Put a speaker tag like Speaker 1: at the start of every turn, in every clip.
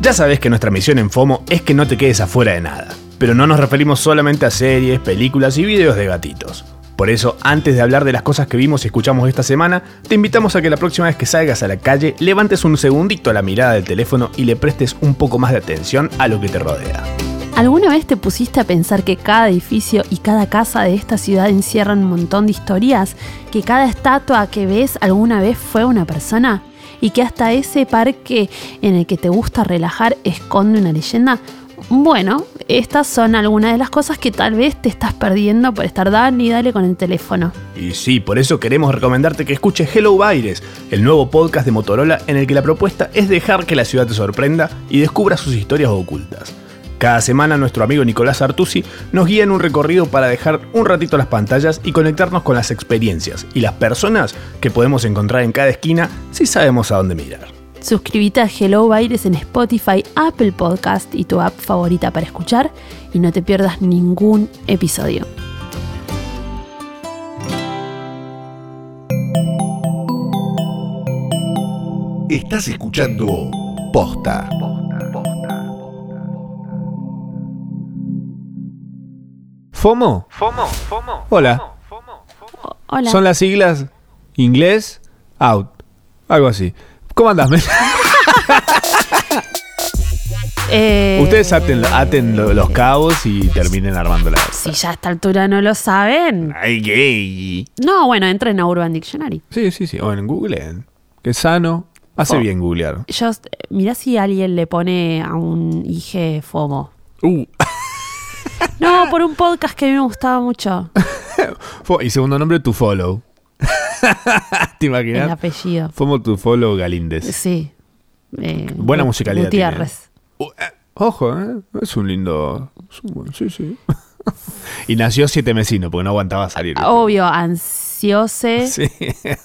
Speaker 1: Ya sabes que nuestra misión en FOMO es que no te quedes afuera de nada, pero no nos referimos solamente a series, películas y videos de gatitos. Por eso, antes de hablar de las cosas que vimos y escuchamos esta semana, te invitamos a que la próxima vez que salgas a la calle, levantes un segundito a la mirada del teléfono y le prestes un poco más de atención a lo que te rodea.
Speaker 2: ¿Alguna vez te pusiste a pensar que cada edificio y cada casa de esta ciudad encierran un montón de historias? ¿Que cada estatua que ves alguna vez fue una persona? ¿Y que hasta ese parque en el que te gusta relajar esconde una leyenda? Bueno, estas son algunas de las cosas que tal vez te estás perdiendo por estar dale y dale con el teléfono.
Speaker 1: Y sí, por eso queremos recomendarte que escuches Hello Baires, el nuevo podcast de Motorola en el que la propuesta es dejar que la ciudad te sorprenda y descubra sus historias ocultas. Cada semana nuestro amigo Nicolás Artusi nos guía en un recorrido para dejar un ratito las pantallas y conectarnos con las experiencias y las personas que podemos encontrar en cada esquina si sabemos a dónde mirar.
Speaker 2: Suscríbete a Hello Baires en Spotify, Apple Podcast y tu app favorita para escuchar y no te pierdas ningún episodio.
Speaker 3: Estás escuchando Posta.
Speaker 1: FOMO.
Speaker 4: FOMO, FOMO.
Speaker 1: Hola.
Speaker 4: FOMO, FOMO, FOMO.
Speaker 2: Hola.
Speaker 1: Son las siglas inglés out. Algo así. ¿Cómo andás, Mel?
Speaker 2: Eh,
Speaker 1: Ustedes aten, aten lo- los cabos y terminen armando la.
Speaker 2: Si ya a esta altura no lo saben.
Speaker 1: Ay, gay.
Speaker 2: No, bueno, entren a Urban Dictionary.
Speaker 1: Sí, sí, sí. O en Google. Que sano. Hace
Speaker 2: Oh.
Speaker 1: bien googlear.
Speaker 2: Yo, mirá si alguien le pone a un IG FOMO.
Speaker 1: Uh.
Speaker 2: No, por un podcast que a mí me gustaba mucho.
Speaker 1: Fo- Y segundo nombre, tu follow. ¿Te
Speaker 2: El
Speaker 1: imaginas?
Speaker 2: apellido.
Speaker 1: Fomo tu follow Galíndez.
Speaker 2: Sí. Eh,
Speaker 1: Buena
Speaker 2: Gut-
Speaker 1: musicalidad
Speaker 2: Gutiérrez.
Speaker 1: Uh, eh, Ojo, ¿eh? Es un lindo. es un buen- Sí, sí. y nació siete mesino porque no aguantaba salir. ¿viste?
Speaker 2: Obvio, ansiose.
Speaker 1: Sí.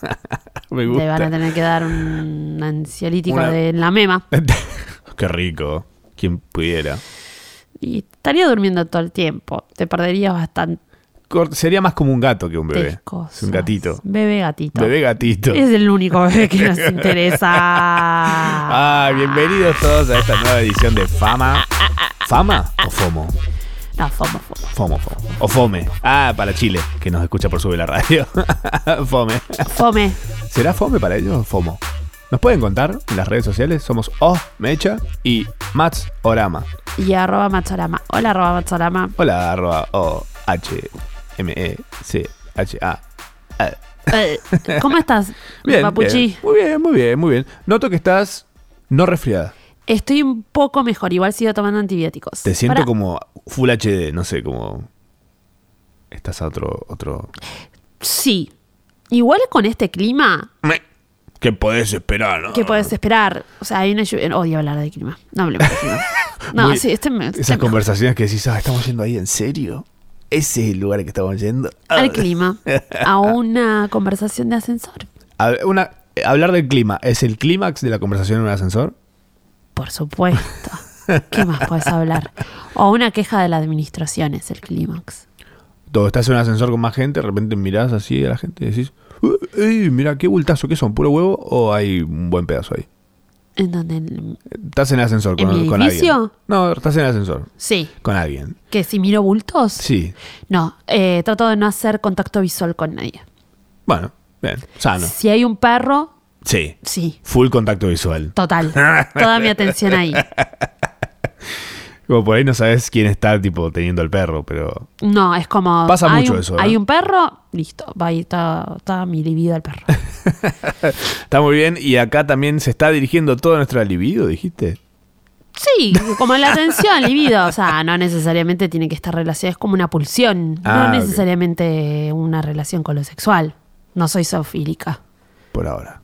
Speaker 1: Me
Speaker 2: Le van a
Speaker 1: gusta.
Speaker 2: tener que dar un ansiolítico
Speaker 1: Una-
Speaker 2: de la mema.
Speaker 1: Qué rico. Quien pudiera.
Speaker 2: Y estaría durmiendo todo el tiempo. Te perderías bastantes
Speaker 1: Cor- Sería más como un gato que un bebé.
Speaker 2: cosas.
Speaker 1: Un gatito.
Speaker 2: Bebé gatito.
Speaker 1: Bebé gatito.
Speaker 2: Es el único bebé que nos interesa.
Speaker 1: Ah, bienvenidos todos a esta nueva edición de Fama. ¿Fama o FOMO?
Speaker 2: No, fomo, fomo.
Speaker 1: FOMO, FOMO. O FOME. Ah, para Chile, que nos escucha por sube la radio. FOME.
Speaker 2: Fome.
Speaker 1: ¿Será FOME para ellos o FOMO? Nos pueden contar en las redes sociales. Somos O Mecha y Mats Orama.
Speaker 2: Y arroba machorama. Hola, arroba machorama.
Speaker 1: Hola, arroba O H M E C H A. Ah.
Speaker 2: Eh, ¿Cómo estás,
Speaker 1: Bien,
Speaker 2: Papuchi?
Speaker 1: bien. Muy bien, muy bien, muy bien. Noto que estás no resfriada.
Speaker 2: Estoy un poco mejor. Igual sigo tomando antibióticos.
Speaker 1: Te siento
Speaker 2: Pará.
Speaker 1: como Full HD, no sé, como. Estás a otro. otro...
Speaker 2: Sí. Igual con este clima,
Speaker 1: ¿Qué podés esperar, no?
Speaker 2: ¿qué puedes esperar? O sea, hay una lluvia. Odio hablar de clima. No hablemos de clima. No,
Speaker 1: Muy-
Speaker 2: sí, este me. este
Speaker 1: Esas
Speaker 2: me-
Speaker 1: conversaciones que decís, ah, estamos yendo ahí, ¿en serio? Ese es el lugar que estamos yendo. Ah,
Speaker 2: Al clima. A una conversación de ascensor.
Speaker 1: A- una- eh, hablar del clima, ¿es el clímax de la conversación en un ascensor?
Speaker 2: Por supuesto. ¿Qué más puedes hablar? O una queja de la administración es el clímax.
Speaker 1: Todo, estás en un ascensor con más gente, de repente mirás así a la gente y decís, "Uh, ey, mira, qué bultazo, ¿qué son? ¿Puro huevo o hay un buen pedazo ahí?
Speaker 2: En donde. el-
Speaker 1: Estás en el ascensor
Speaker 2: ¿En
Speaker 1: con,
Speaker 2: mi
Speaker 1: con alguien.
Speaker 2: edificio?
Speaker 1: No, estás en el ascensor
Speaker 2: Sí.
Speaker 1: con alguien.
Speaker 2: ¿Que si miro bultos?
Speaker 1: Sí.
Speaker 2: No, eh, trato de no hacer contacto visual con nadie.
Speaker 1: Bueno, bien, sano.
Speaker 2: Si hay un perro,
Speaker 1: Sí.
Speaker 2: sí.
Speaker 1: Full contacto visual.
Speaker 2: Total. Toda mi atención ahí.
Speaker 1: Como por ahí no sabes quién está, tipo, teniendo el perro, pero.
Speaker 2: No, es como.
Speaker 1: Pasa
Speaker 2: hay
Speaker 1: mucho
Speaker 2: un-
Speaker 1: eso, ¿eh?
Speaker 2: Hay un perro, listo. Va ahí está, está mi libido al perro.
Speaker 1: Está muy bien. Y acá también se está dirigiendo toda nuestra libido, dijiste.
Speaker 2: Sí, como la atención, libido. O sea, no necesariamente tiene que estar relacionada. Es como una pulsión.
Speaker 1: Ah, ok.
Speaker 2: no necesariamente una relación con lo sexual. No soy zoofílica,
Speaker 1: Por ahora.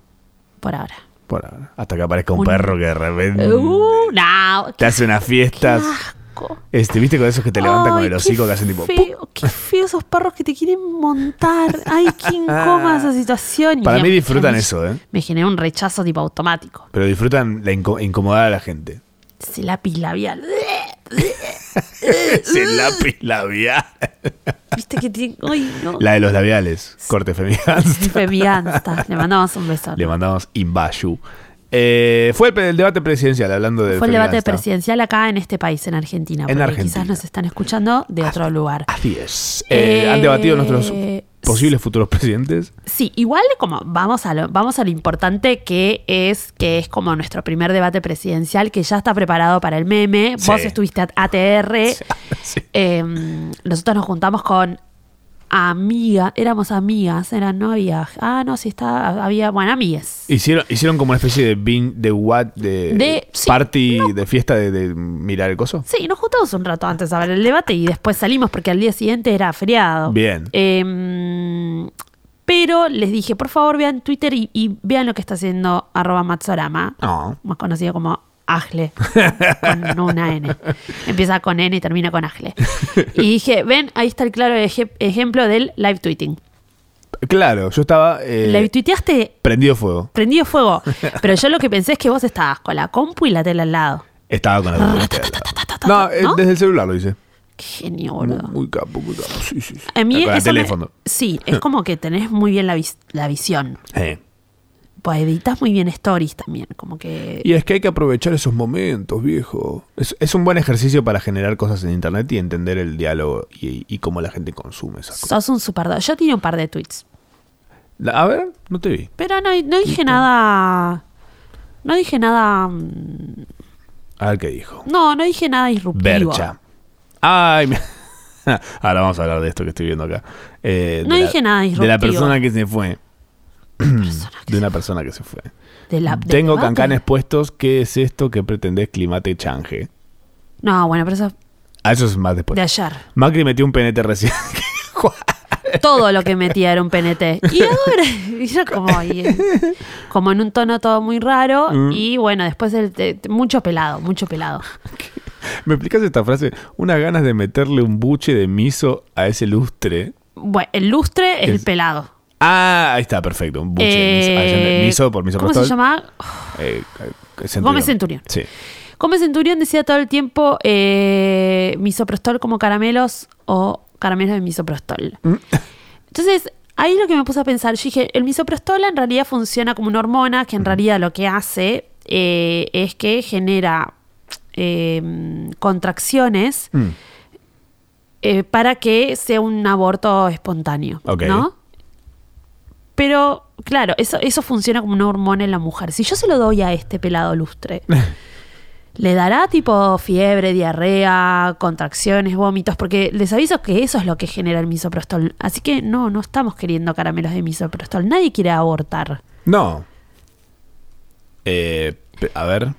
Speaker 2: por ahora.
Speaker 1: Por ahora. Hasta que aparezca un,
Speaker 2: Un-
Speaker 1: perro que de repente
Speaker 2: Uh, no.
Speaker 1: te hace unas fiestas.
Speaker 2: asco.
Speaker 1: Este, ¿viste con esos que te levantan con
Speaker 2: Ay,
Speaker 1: el
Speaker 2: qué
Speaker 1: hocico que hacen tipo. ¡pup!
Speaker 2: Feo, qué feo esos perros que te quieren montar. Ay, qué incómoda esa situación.
Speaker 1: Para
Speaker 2: Y
Speaker 1: mí
Speaker 2: a-
Speaker 1: disfrutan
Speaker 2: a mí
Speaker 1: eso, ¿eh?
Speaker 2: Me genera un rechazo tipo automático.
Speaker 1: Pero disfrutan la inco- incomodar a la gente.
Speaker 2: Se lápiz labial.
Speaker 1: Ese
Speaker 2: Uh.
Speaker 1: lápiz labial.
Speaker 2: Viste que tiene. Ay, no.
Speaker 1: La de los labiales. Corte feminista.
Speaker 2: Fue mi ansta. Le mandamos un beso.
Speaker 1: Le mandamos Imbayu. Eh, fue el, pe- el debate presidencial, hablando de.
Speaker 2: Fue el debate
Speaker 1: Freelancer.
Speaker 2: presidencial acá en este país, en Argentina.
Speaker 1: En
Speaker 2: porque
Speaker 1: Argentina.
Speaker 2: quizás nos están escuchando de otro lugar.
Speaker 1: Así es. Eh, han
Speaker 2: Eh,
Speaker 1: debatido nuestros
Speaker 2: s-
Speaker 1: posibles futuros presidentes.
Speaker 2: Sí, igual como vamos a lo, vamos a lo importante que es que es como nuestro primer debate presidencial que ya está preparado para el meme.
Speaker 1: Sí.
Speaker 2: Vos estuviste a ATR.
Speaker 1: Sí.
Speaker 2: Eh, nosotros nos juntamos con amiga, éramos amigas, eran novias. Ah, no, sí está, había, bueno, amigas.
Speaker 1: Hicieron, hicieron como una especie de bin, de what, de,
Speaker 2: De- sí,
Speaker 1: party, de fiesta de, de mirar el coso.
Speaker 2: Sí, nos juntamos un rato antes a ver el debate y después salimos porque al día siguiente era feriado.
Speaker 1: Bien.
Speaker 2: Eh, pero les dije, por favor, vean Twitter y, y vean lo que está haciendo arroba Matsorama,
Speaker 1: No.
Speaker 2: más conocido como Agle, con una N. Empieza con N y termina con Agle. Y dije, ven, ahí está el claro eje- ejemplo del live tweeting.
Speaker 1: Claro, yo estaba eh,
Speaker 2: live tuiteaste
Speaker 1: prendido fuego.
Speaker 2: prendido fuego, pero yo lo que pensé es que vos estabas con la compu y la tele al lado.
Speaker 1: Estaba
Speaker 2: Ah,
Speaker 1: con la No, eh,
Speaker 2: ¿no?
Speaker 1: desde el celular lo hice.
Speaker 2: Qué genio,
Speaker 1: Muy,
Speaker 2: boludo.
Speaker 1: muy capo, muy capo. Sí, sí, sí.
Speaker 2: A
Speaker 1: con
Speaker 2: mí
Speaker 1: el
Speaker 2: eso me-
Speaker 1: teléfono.
Speaker 2: sí, es como que tenés muy bien la, vis- la visión.
Speaker 1: Eh.
Speaker 2: Pues editas muy bien stories también, como que...
Speaker 1: Y es que hay que aprovechar esos momentos, viejo. Es, es un buen ejercicio para generar cosas en internet y entender el diálogo y, y cómo la gente consume esas cosas.
Speaker 2: Sos un superdo. Yo tenía un par de tweets,
Speaker 1: La- A ver, no te vi.
Speaker 2: pero no, no dije nada... No dije nada... mm,
Speaker 1: A ver qué dijo.
Speaker 2: No, no dije nada disruptivo.
Speaker 1: Bercha. Ay, me- ahora vamos a hablar de esto que estoy viendo acá. Eh,
Speaker 2: No
Speaker 1: de la-
Speaker 2: dije nada
Speaker 1: De la
Speaker 2: disruptivo.
Speaker 1: persona que se fue.
Speaker 2: Persona que-
Speaker 1: De una persona que se fue.
Speaker 2: de la- del
Speaker 1: Tengo
Speaker 2: debate.
Speaker 1: cancanes puestos. ¿Qué es esto que pretendés climate change?
Speaker 2: No, bueno, pero eso
Speaker 1: Ah, eso es más después.
Speaker 2: de ayer.
Speaker 1: Macri metió un penete recién.
Speaker 2: Todo lo que metía era un PNT. Y ahora, y yo como, y- como en un tono todo muy raro.
Speaker 1: Mm.
Speaker 2: Y bueno, después el, te- mucho pelado, mucho pelado.
Speaker 1: ¿Me explicas esta frase? Unas ganas de meterle un buche de miso a ese lustre.
Speaker 2: Bueno, el lustre es el
Speaker 1: Es-
Speaker 2: pelado.
Speaker 1: Ah, ahí está, perfecto. Un buche de miso. Ah,
Speaker 2: Eh,
Speaker 1: ya- miso por miso
Speaker 2: ¿Cómo
Speaker 1: costol.
Speaker 2: se llamaba?
Speaker 1: Eh, eh,
Speaker 2: Gómez Centurión.
Speaker 1: Sí.
Speaker 2: Gómez Centurión decía todo el tiempo eh, misoprostol como caramelos o caramelos de misoprostol.
Speaker 1: Mm.
Speaker 2: Entonces, ahí lo que me puse a pensar, yo dije, el misoprostol en realidad funciona como una hormona que en realidad lo que hace eh, es que genera eh, contracciones
Speaker 1: Mm.
Speaker 2: eh, para que sea un aborto espontáneo,
Speaker 1: Ok.
Speaker 2: ¿no? Pero, claro, eso, eso funciona como una hormona en la mujer. Si yo se lo doy a este pelado lustre, le dará tipo fiebre, diarrea, contracciones, vómitos, porque les aviso que eso es lo que genera el misoprostol. Así que no, no estamos queriendo caramelos de misoprostol. Nadie quiere abortar.
Speaker 1: No. Eh, pe- a ver.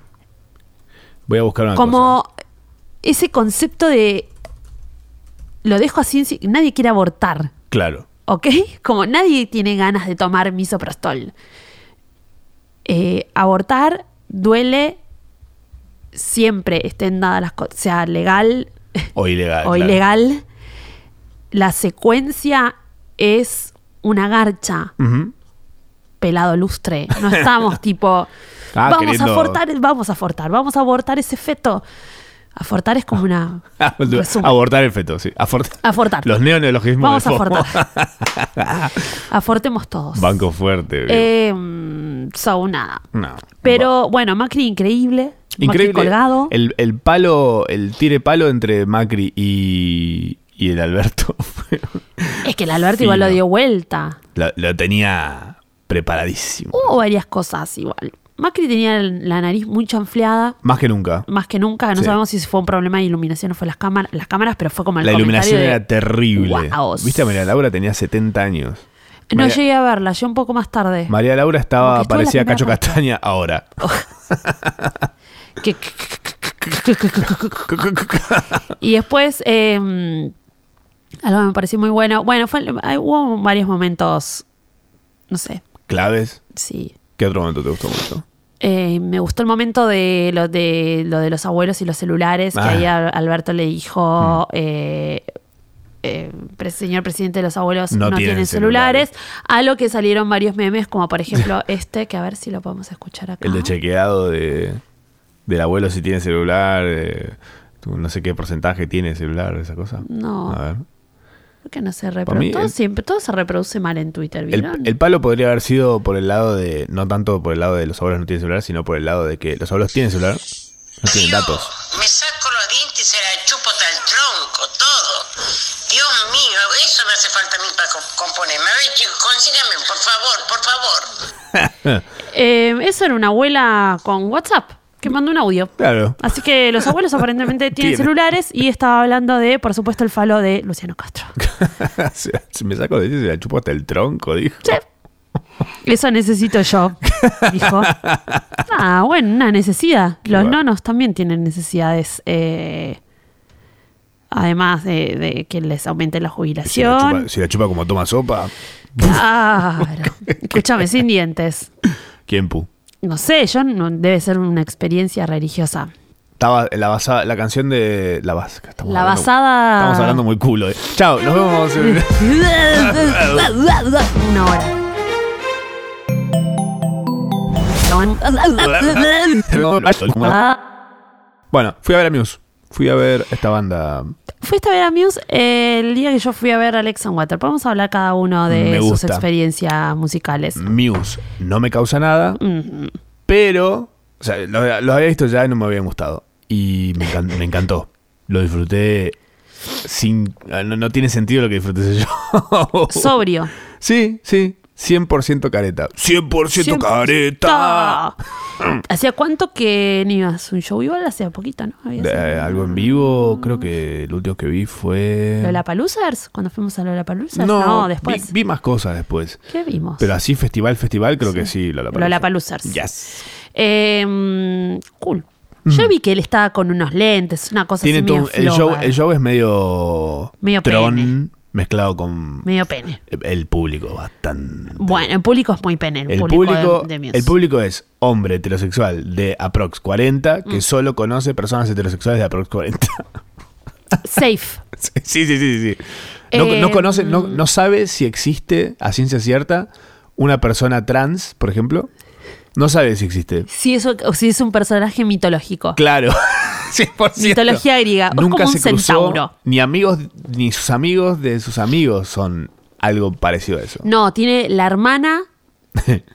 Speaker 1: Voy a buscar una
Speaker 2: como ese concepto de lo dejo así, en sí- nadie quiere abortar.
Speaker 1: cosa. Claro.
Speaker 2: ¿Ok? Como nadie tiene ganas de tomar misoprostol. Eh, abortar duele siempre, estén dadas las cosas, sea legal
Speaker 1: O ilegal.
Speaker 2: o
Speaker 1: Ah, claro.
Speaker 2: ilegal. La secuencia es una garcha,
Speaker 1: Ujú.
Speaker 2: pelado lustre. No estamos tipo,
Speaker 1: Ah,
Speaker 2: vamos
Speaker 1: queriendo-
Speaker 2: a abortar, vamos a abortar, vamos a abortar ese feto. Afortar es como una... resumen.
Speaker 1: Abortar el feto, sí. Afortar.
Speaker 2: Afortar.
Speaker 1: Ah, Los neoneologismos.
Speaker 2: Vamos
Speaker 1: del
Speaker 2: a
Speaker 1: FOMO.
Speaker 2: Afortemos todos.
Speaker 1: Banco fuerte. viejo.
Speaker 2: Eh, mm, so, nada.
Speaker 1: no.
Speaker 2: Pero bueno, Macri increíble.
Speaker 1: Increíble.
Speaker 2: Macri colgado.
Speaker 1: El, el palo, el tire palo entre Macri y, y el Alberto.
Speaker 2: es que el Alberto igual lo
Speaker 1: fino.
Speaker 2: dio vuelta.
Speaker 1: lo, lo tenía preparadísimo.
Speaker 2: Hubo varias cosas igual. Macri tenía el- la nariz muy chanfleada,
Speaker 1: Más que nunca.
Speaker 2: más que nunca. No
Speaker 1: Sí.
Speaker 2: sabemos si fue un problema de iluminación o fue las cámaras, las cámaras pero fue como el
Speaker 1: La iluminación
Speaker 2: comentario de-
Speaker 1: era terrible.
Speaker 2: Guaos.
Speaker 1: Viste, María Laura tenía 70 años.
Speaker 2: No
Speaker 1: María-
Speaker 2: llegué a verla, yo un poco más tarde.
Speaker 1: María Laura
Speaker 2: Como
Speaker 1: estaba,
Speaker 2: que estuvo
Speaker 1: parecía
Speaker 2: la primera
Speaker 1: Cacho
Speaker 2: parte.
Speaker 1: Castaña ahora.
Speaker 2: Que- Y después, eh, algo que me pareció muy bueno. Bueno, fue, hay- hubo varios momentos, no sé,
Speaker 1: ¿Claves?
Speaker 2: sí.
Speaker 1: ¿Qué otro momento te gustó mucho?
Speaker 2: Eh, me gustó el momento de lo, de lo de los abuelos y los celulares, que
Speaker 1: Ah. Mm.
Speaker 2: ahí a- Alberto le dijo, eh, eh, pre- señor presidente de los abuelos, no,
Speaker 1: No
Speaker 2: tienen,
Speaker 1: tienen
Speaker 2: celulares. a lo que salieron varios memes, como por ejemplo este, que a ver si lo podemos escuchar acá.
Speaker 1: El de chequeado de, del abuelo si tiene celular, eh, tú no sé qué porcentaje tiene celular, esa cosa.
Speaker 2: No.
Speaker 1: A ver.
Speaker 2: ¿Por qué no se
Speaker 1: Para mí,
Speaker 2: reproduce? Todo,
Speaker 1: el-
Speaker 2: siempre, todo se reproduce mal en Twitter,
Speaker 1: El,
Speaker 2: ¿vieron?
Speaker 1: el palo podría haber sido por el lado de. No tanto por el lado de los abuelos no tienen celular, sino por el lado de que los abuelos tienen celular, no tienen
Speaker 5: Tío,
Speaker 1: datos.
Speaker 5: Me saco los dientes y se la chupo hasta el tronco, todo. Dios mío, eso me hace falta a mí para com- componerme. A ver, chicos, consíganme, por favor, por favor.
Speaker 2: Eh, eso era una abuela con WhatsApp que mandó un audio.
Speaker 1: Claro.
Speaker 2: Así que los abuelos aparentemente tienen
Speaker 1: Tiene.
Speaker 2: celulares y estaba hablando de, por supuesto, el falo de Luciano Castro.
Speaker 1: se, se me saco de ese, se la chupo hasta el tronco, dijo.
Speaker 2: Sí. Eso necesito yo, dijo. Ah, bueno, una necesidad. Los
Speaker 1: Claro.
Speaker 2: nonos también tienen necesidades. eh, además de, de que les aumente
Speaker 1: Se la,
Speaker 2: la jubilación.
Speaker 1: chupa, se la chupa como toma sopa.
Speaker 2: Claro. Escúchame, sin dientes.
Speaker 1: ¿Quién pu?
Speaker 2: No sé, yo no, debe ser una experiencia religiosa.
Speaker 1: Estaba la basada, la canción de. La vasca. estamos
Speaker 2: La
Speaker 1: hablando-
Speaker 2: basada-
Speaker 1: Estamos hablando muy culo. eh. Chao, nos vemos.
Speaker 2: Una
Speaker 1: eh.
Speaker 2: hora.
Speaker 1: bueno, fui a ver a Muse. Fui a ver esta banda.
Speaker 2: Fuiste a ver a Muse eh, el día que yo fui a ver a Alex and Water. Podemos hablar cada uno
Speaker 1: Me
Speaker 2: de sus
Speaker 1: gusta. Mm.
Speaker 2: experiencias musicales.
Speaker 1: Muse no me causa nada, pero. O sea, los había visto ya y no me habían gustado. Y me, encan- me encantó. Lo disfruté sin. ah, No, no tiene sentido lo que disfruté yo.
Speaker 2: Sobrio.
Speaker 1: Sí, sí. 100% careta. 100%, careta.
Speaker 2: ¿Hacía cuánto que no ibas a un show? Igual hacía poquito, ¿no?
Speaker 1: Eh,
Speaker 2: Había sido-
Speaker 1: algo en vivo, creo que el último que vi fue.
Speaker 2: ¿Lola Paluzas? ¿Cuando fuimos a Lola Paluzas? No,
Speaker 1: no,
Speaker 2: después.
Speaker 1: Vi, vi más cosas después.
Speaker 2: ¿Qué vimos?
Speaker 1: Pero así, festival, festival, creo que sí, Lola
Speaker 2: Lollapaloozers.
Speaker 1: Yes. Mm.
Speaker 2: Eh, cool. Yo vi que él estaba con unos lentes, una cosa
Speaker 1: Tiene
Speaker 2: así
Speaker 1: todo un-
Speaker 2: medio
Speaker 1: el, show,
Speaker 2: floja,
Speaker 1: el show es medio.
Speaker 2: Medio
Speaker 1: Tron
Speaker 2: pene.
Speaker 1: mezclado con
Speaker 2: medio pene.
Speaker 1: el público, bastante.
Speaker 2: Bueno, el público es muy pene, el,
Speaker 1: El
Speaker 2: público, de-
Speaker 1: público,
Speaker 2: de, Muse.
Speaker 1: el público es hombre heterosexual de aprox 40
Speaker 2: Mm.
Speaker 1: que solo conoce personas heterosexuales de aprox 40.
Speaker 2: Safe.
Speaker 1: Sí, sí, sí, sí. sí. No,
Speaker 2: Eh,
Speaker 1: no conoce, no, no sabe si existe, a ciencia cierta, una persona trans, por ejemplo. No sabe si existe.
Speaker 2: Si es, o si es un personaje mitológico.
Speaker 1: Claro. 100%.
Speaker 2: Mitología griega. Es
Speaker 1: Nunca
Speaker 2: como un
Speaker 1: se cruzó,
Speaker 2: centauro.
Speaker 1: Ni amigos, ni sus amigos de sus amigos son algo parecido a eso.
Speaker 2: No, tiene la hermana.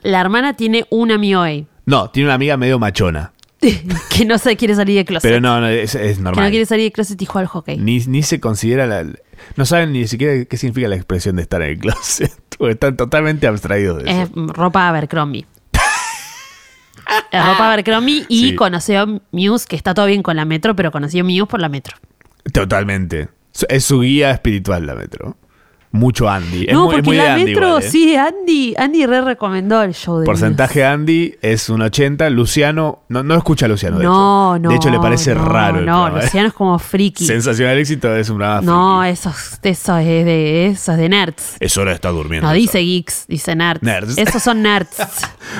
Speaker 2: la hermana tiene un amigo gay
Speaker 1: No, tiene una amiga medio machona.
Speaker 2: que no se quiere salir de closet.
Speaker 1: Pero no, no, es, es
Speaker 2: que
Speaker 1: normal.
Speaker 2: no quiere salir de closet y juega al hockey.
Speaker 1: Ni, ni se considera la. No saben ni siquiera qué significa la expresión de estar en el closet. porque Están totalmente abstraídos de eso.
Speaker 2: Es ropa Abercrombie. Es ropa Abercrombie y
Speaker 1: Sí.
Speaker 2: conoció a Muse, que está todo bien con la metro, pero conoció a Muse por la metro.
Speaker 1: Totalmente. Su- Es su guía espiritual la metro. Mucho Andy. Es
Speaker 2: no,
Speaker 1: muy, es
Speaker 2: porque
Speaker 1: muy de
Speaker 2: la
Speaker 1: Andy
Speaker 2: metro,
Speaker 1: igual, ¿eh?
Speaker 2: sí, Andy, Andy re recomendó el show de
Speaker 1: Porcentaje Andy es un 80. Luciano, no, no escucha a Luciano.
Speaker 2: Muse.
Speaker 1: De
Speaker 2: No,
Speaker 1: hecho.
Speaker 2: no.
Speaker 1: De hecho, le parece
Speaker 2: no,
Speaker 1: raro. el
Speaker 2: No,
Speaker 1: programa, ¿eh?
Speaker 2: Luciano es como friki.
Speaker 1: Sensacional éxito es un programa.
Speaker 2: no,
Speaker 1: friki.
Speaker 2: eso, es- eso es de eso es de nerds.
Speaker 1: es hora de estar durmiendo.
Speaker 2: No
Speaker 1: eso.
Speaker 2: dice geeks, dice nerds.
Speaker 1: Nerds.
Speaker 2: Esos son nerds.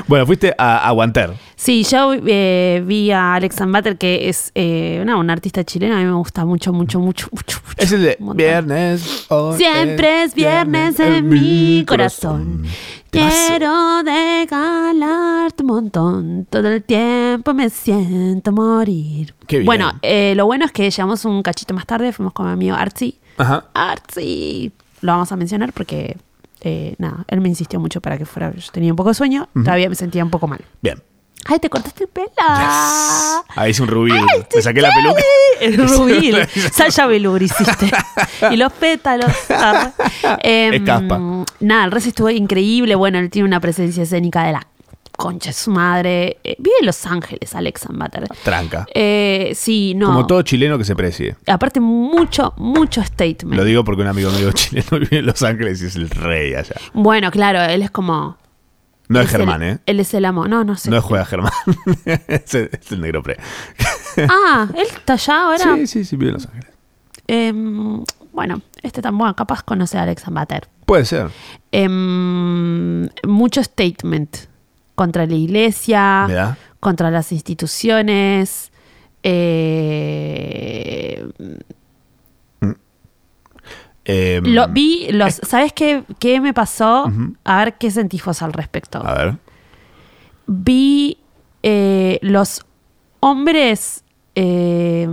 Speaker 1: Bueno, fuiste a aguantar.
Speaker 2: Sí, yo eh, vi a Alex and Butter, que es eh, una, una artista chilena, a mí me gusta mucho, mucho, mucho, mucho. mucho,
Speaker 1: Es el de
Speaker 2: un montón.
Speaker 1: viernes. hoy
Speaker 2: Siempre es viernes en mi corazón.
Speaker 1: Temazo.
Speaker 2: Quiero regalarte un montón. Todo el tiempo me siento morir.
Speaker 1: Qué bien.
Speaker 2: Bueno, eh, lo bueno es que llegamos un cachito más tarde. Fuimos con mi amigo Artsy.
Speaker 1: Ajá.
Speaker 2: Artsy. Lo vamos a mencionar porque, eh, nada, él me insistió mucho para que fuera. Yo tenía un poco de sueño. Todavía me sentía un poco mal.
Speaker 1: Bien.
Speaker 2: Ay, te cortaste el pelo.
Speaker 1: Ahí hice un rubí.
Speaker 2: Ah. Ay,
Speaker 1: Me saqué la
Speaker 2: Chichari.
Speaker 1: peluca.
Speaker 2: El rubil. Sasha Velour hiciste. y los pétalos. arre. Em,
Speaker 1: Es caspa.
Speaker 2: Nada, el resto estuvo increíble. Bueno, él tiene una presencia escénica de la concha de su madre. Eh, vive en Los Ángeles, Alex Ambater.
Speaker 1: Tranca.
Speaker 2: Eh, sí, no.
Speaker 1: Como todo chileno que se precie.
Speaker 2: Aparte, mucho, mucho statement.
Speaker 1: Lo digo porque un amigo mío chileno vive en Los Ángeles y es el rey allá.
Speaker 2: Bueno, claro, él es como.
Speaker 1: No es
Speaker 2: el-
Speaker 1: Germán, ¿eh?
Speaker 2: Él es el amo. No, no sé.
Speaker 1: No juega Germán. es, el, es el negro pre.
Speaker 2: Ah, él está allá ahora.
Speaker 1: Sí, sí, sí, vive en Los Ángeles.
Speaker 2: Em, bueno, este tan bueno, capaz conoce a Alex Ambater.
Speaker 1: Puede ser.
Speaker 2: em, mucho statement contra la iglesia,
Speaker 1: Mirá.
Speaker 2: contra las instituciones. eh,
Speaker 1: Eh,
Speaker 2: lo, vi los. ¿Sabes qué, qué me pasó? A ver qué sentís vos al respecto.
Speaker 1: A ver.
Speaker 2: Vi eh, los hombres eh,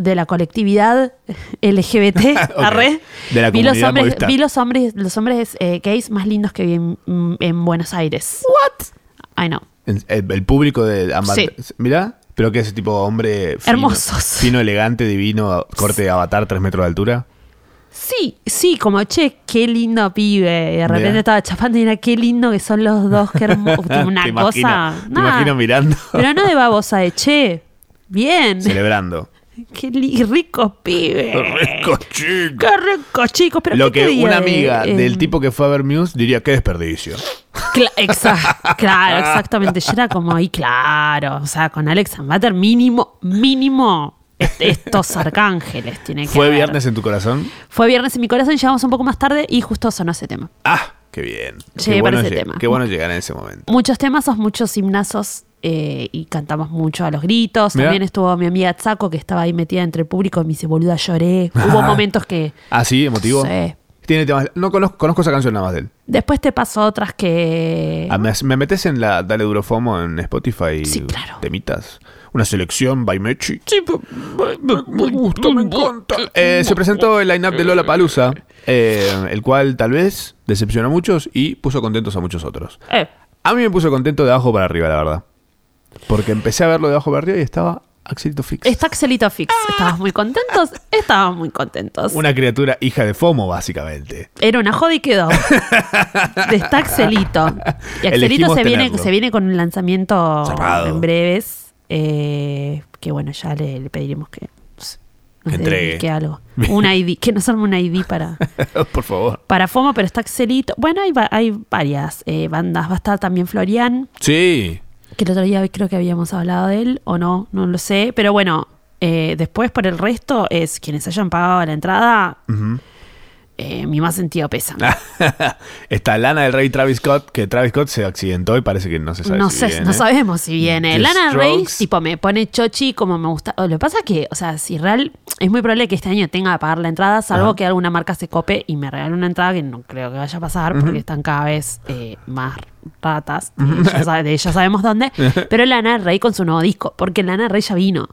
Speaker 2: de la colectividad LGBT, arre.
Speaker 1: De la
Speaker 2: vi los
Speaker 1: comunidad
Speaker 2: hombres,
Speaker 1: Movistar.
Speaker 2: vi los hombres, los hombres eh, gays más lindos que vi en, en Buenos Aires. What? I know.
Speaker 1: En- El, el público de Avatar.
Speaker 2: Sí.
Speaker 1: Mirá, pero que ese tipo de hombre. fino,
Speaker 2: Hermosos.
Speaker 1: Fino, elegante, divino, a- corte de avatar, 3 metros de altura.
Speaker 2: Sí, sí, como che, qué lindo pibe. Y de repente
Speaker 1: Mirá.
Speaker 2: estaba chapando y era qué lindo que son los dos, qué hermoso. Una
Speaker 1: Te
Speaker 2: cosa.
Speaker 1: imagino- te
Speaker 2: nada.
Speaker 1: imagino mirando.
Speaker 2: Pero no de babosa, de che, bien.
Speaker 1: Celebrando.
Speaker 2: Qué li- ricos pibes.
Speaker 1: Rico chico.
Speaker 2: Qué ricos chicos. Pero
Speaker 1: Lo
Speaker 2: Eh. ¿qué
Speaker 1: que
Speaker 2: te digo
Speaker 1: una
Speaker 2: de-
Speaker 1: amiga
Speaker 2: em,
Speaker 1: del tipo que fue a ver Muse diría, qué desperdicio.
Speaker 2: Cla- exa- claro, exactamente. Yo era como ahí, claro. O sea, con Alex Ambater, mínimo, mínimo. est- Estos arcángeles tiene que
Speaker 1: ¿Fue
Speaker 2: haber.
Speaker 1: viernes en tu corazón?
Speaker 2: Fue viernes en mi corazón, llegamos un poco más tarde y justo sonó ese tema.
Speaker 1: Ah, qué bien. qué,
Speaker 2: Sí, para
Speaker 1: bueno
Speaker 2: ese
Speaker 1: lleg-
Speaker 2: tema.
Speaker 1: qué bueno llegar en ese momento.
Speaker 2: Muchos temazos, muchos himnazos eh, y cantamos mucho a los gritos.
Speaker 1: Mirá.
Speaker 2: También estuvo mi amiga Tsaco que estaba ahí metida entre el público y me dice, boluda, lloré. Hubo momentos que...
Speaker 1: Ah, sí, emotivo.
Speaker 2: Sí.
Speaker 1: Tiene temas. No conozco, conozco esa canción nada más de él.
Speaker 2: Después te paso otras que...
Speaker 1: Ah, me, me metes en la Dale Duro Fomo en Spotify.
Speaker 2: Sí, claro.
Speaker 1: Temitas. Una selección by Mechi. Sí, me gusta, me encanta. Eh, se presentó el line-up de Lola Palusa, eh, el cual tal vez decepcionó a muchos y puso contentos a muchos otros.
Speaker 2: Eh,
Speaker 1: A mí me puso contento de abajo para arriba, la verdad. Porque empecé a verlo de abajo para arriba y estaba Axelito Fix.
Speaker 2: está Axelito Fix. ¿Estabas muy contentos? Estábamos muy contentos.
Speaker 1: Una criatura hija de FOMO, básicamente.
Speaker 2: Era una joda y quedó. Está Axelito. Y Axelito
Speaker 1: Elegimos
Speaker 2: se viene,
Speaker 1: tenerlo.
Speaker 2: se viene con un lanzamiento
Speaker 1: Zarpado.
Speaker 2: en breves. eh, que bueno, ya le, le pediremos que pues, nos
Speaker 1: Que entregue.
Speaker 2: dedique algo. Un ID, que nos arme un ID para,
Speaker 1: Por favor.
Speaker 2: para FOMO, pero está Axelito. Bueno, hay, va- hay varias eh, bandas. Va a estar también Florian,
Speaker 1: Sí.
Speaker 2: que el otro día creo que habíamos hablado de él, o no, no lo sé. Pero bueno, eh, después por el resto es quienes hayan pagado la entrada. eh, mi más sentido pesa.
Speaker 1: Está Lana del Rey Travis Scott, que Travis Scott se accidentó y parece que no se sabe
Speaker 2: No
Speaker 1: si
Speaker 2: sé,
Speaker 1: viene.
Speaker 2: no sabemos si viene.
Speaker 1: The
Speaker 2: Lana Rey,
Speaker 1: Strokes.
Speaker 2: tipo, me pone chochi como me gusta. O Lo que pasa es que, o sea, si real, es muy probable que este año tenga que pagar la entrada, salvo
Speaker 1: Ajá.
Speaker 2: que alguna marca se cope y me regale una entrada que no creo que vaya a pasar porque están cada vez eh, más ratas. de ya sabe- de ya sabemos dónde. Pero Lana Rey con su nuevo disco, porque Lana Rey ya vino.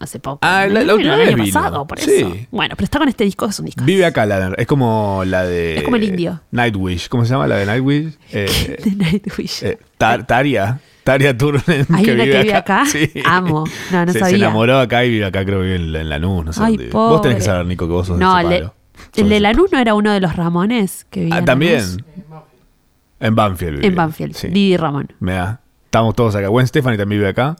Speaker 2: Hace poco.
Speaker 1: Ah, la- la
Speaker 2: El
Speaker 1: última
Speaker 2: año
Speaker 1: vez vino.
Speaker 2: pasado, por
Speaker 1: Sí.
Speaker 2: eso. Bueno, pero está con este disco, es un disco.
Speaker 1: Vive acá, Lana. Es como la de.
Speaker 2: Es como el indio.
Speaker 1: Nightwish. ¿Cómo se llama la de Nightwish? Eh,
Speaker 2: De Nightwish.
Speaker 1: eh, Tar- Taria. Taria Turner.
Speaker 2: Hay una que vive acá.
Speaker 1: Sí.
Speaker 2: Amo. No, no
Speaker 1: se, Se
Speaker 2: sabía.
Speaker 1: enamoró acá y vive acá, creo que vive en, la- en Lanús. No sé
Speaker 2: Ay,
Speaker 1: dónde vive.
Speaker 2: pobre.
Speaker 1: Vos tenés que saber, Nico, que vos sos
Speaker 2: No,
Speaker 1: de ese
Speaker 2: el de-
Speaker 1: palo.
Speaker 2: el
Speaker 1: Sos
Speaker 2: de
Speaker 1: ese-
Speaker 2: Lanús no era uno de los Ramones que vivía
Speaker 1: Ah,
Speaker 2: en
Speaker 1: también.
Speaker 2: Lanús.
Speaker 1: En Banfield. vive.
Speaker 2: En Banfield,
Speaker 1: Sí.
Speaker 2: Didi Ramón.
Speaker 1: Mirá, estamos todos acá. Gwen Stephanie también vive acá.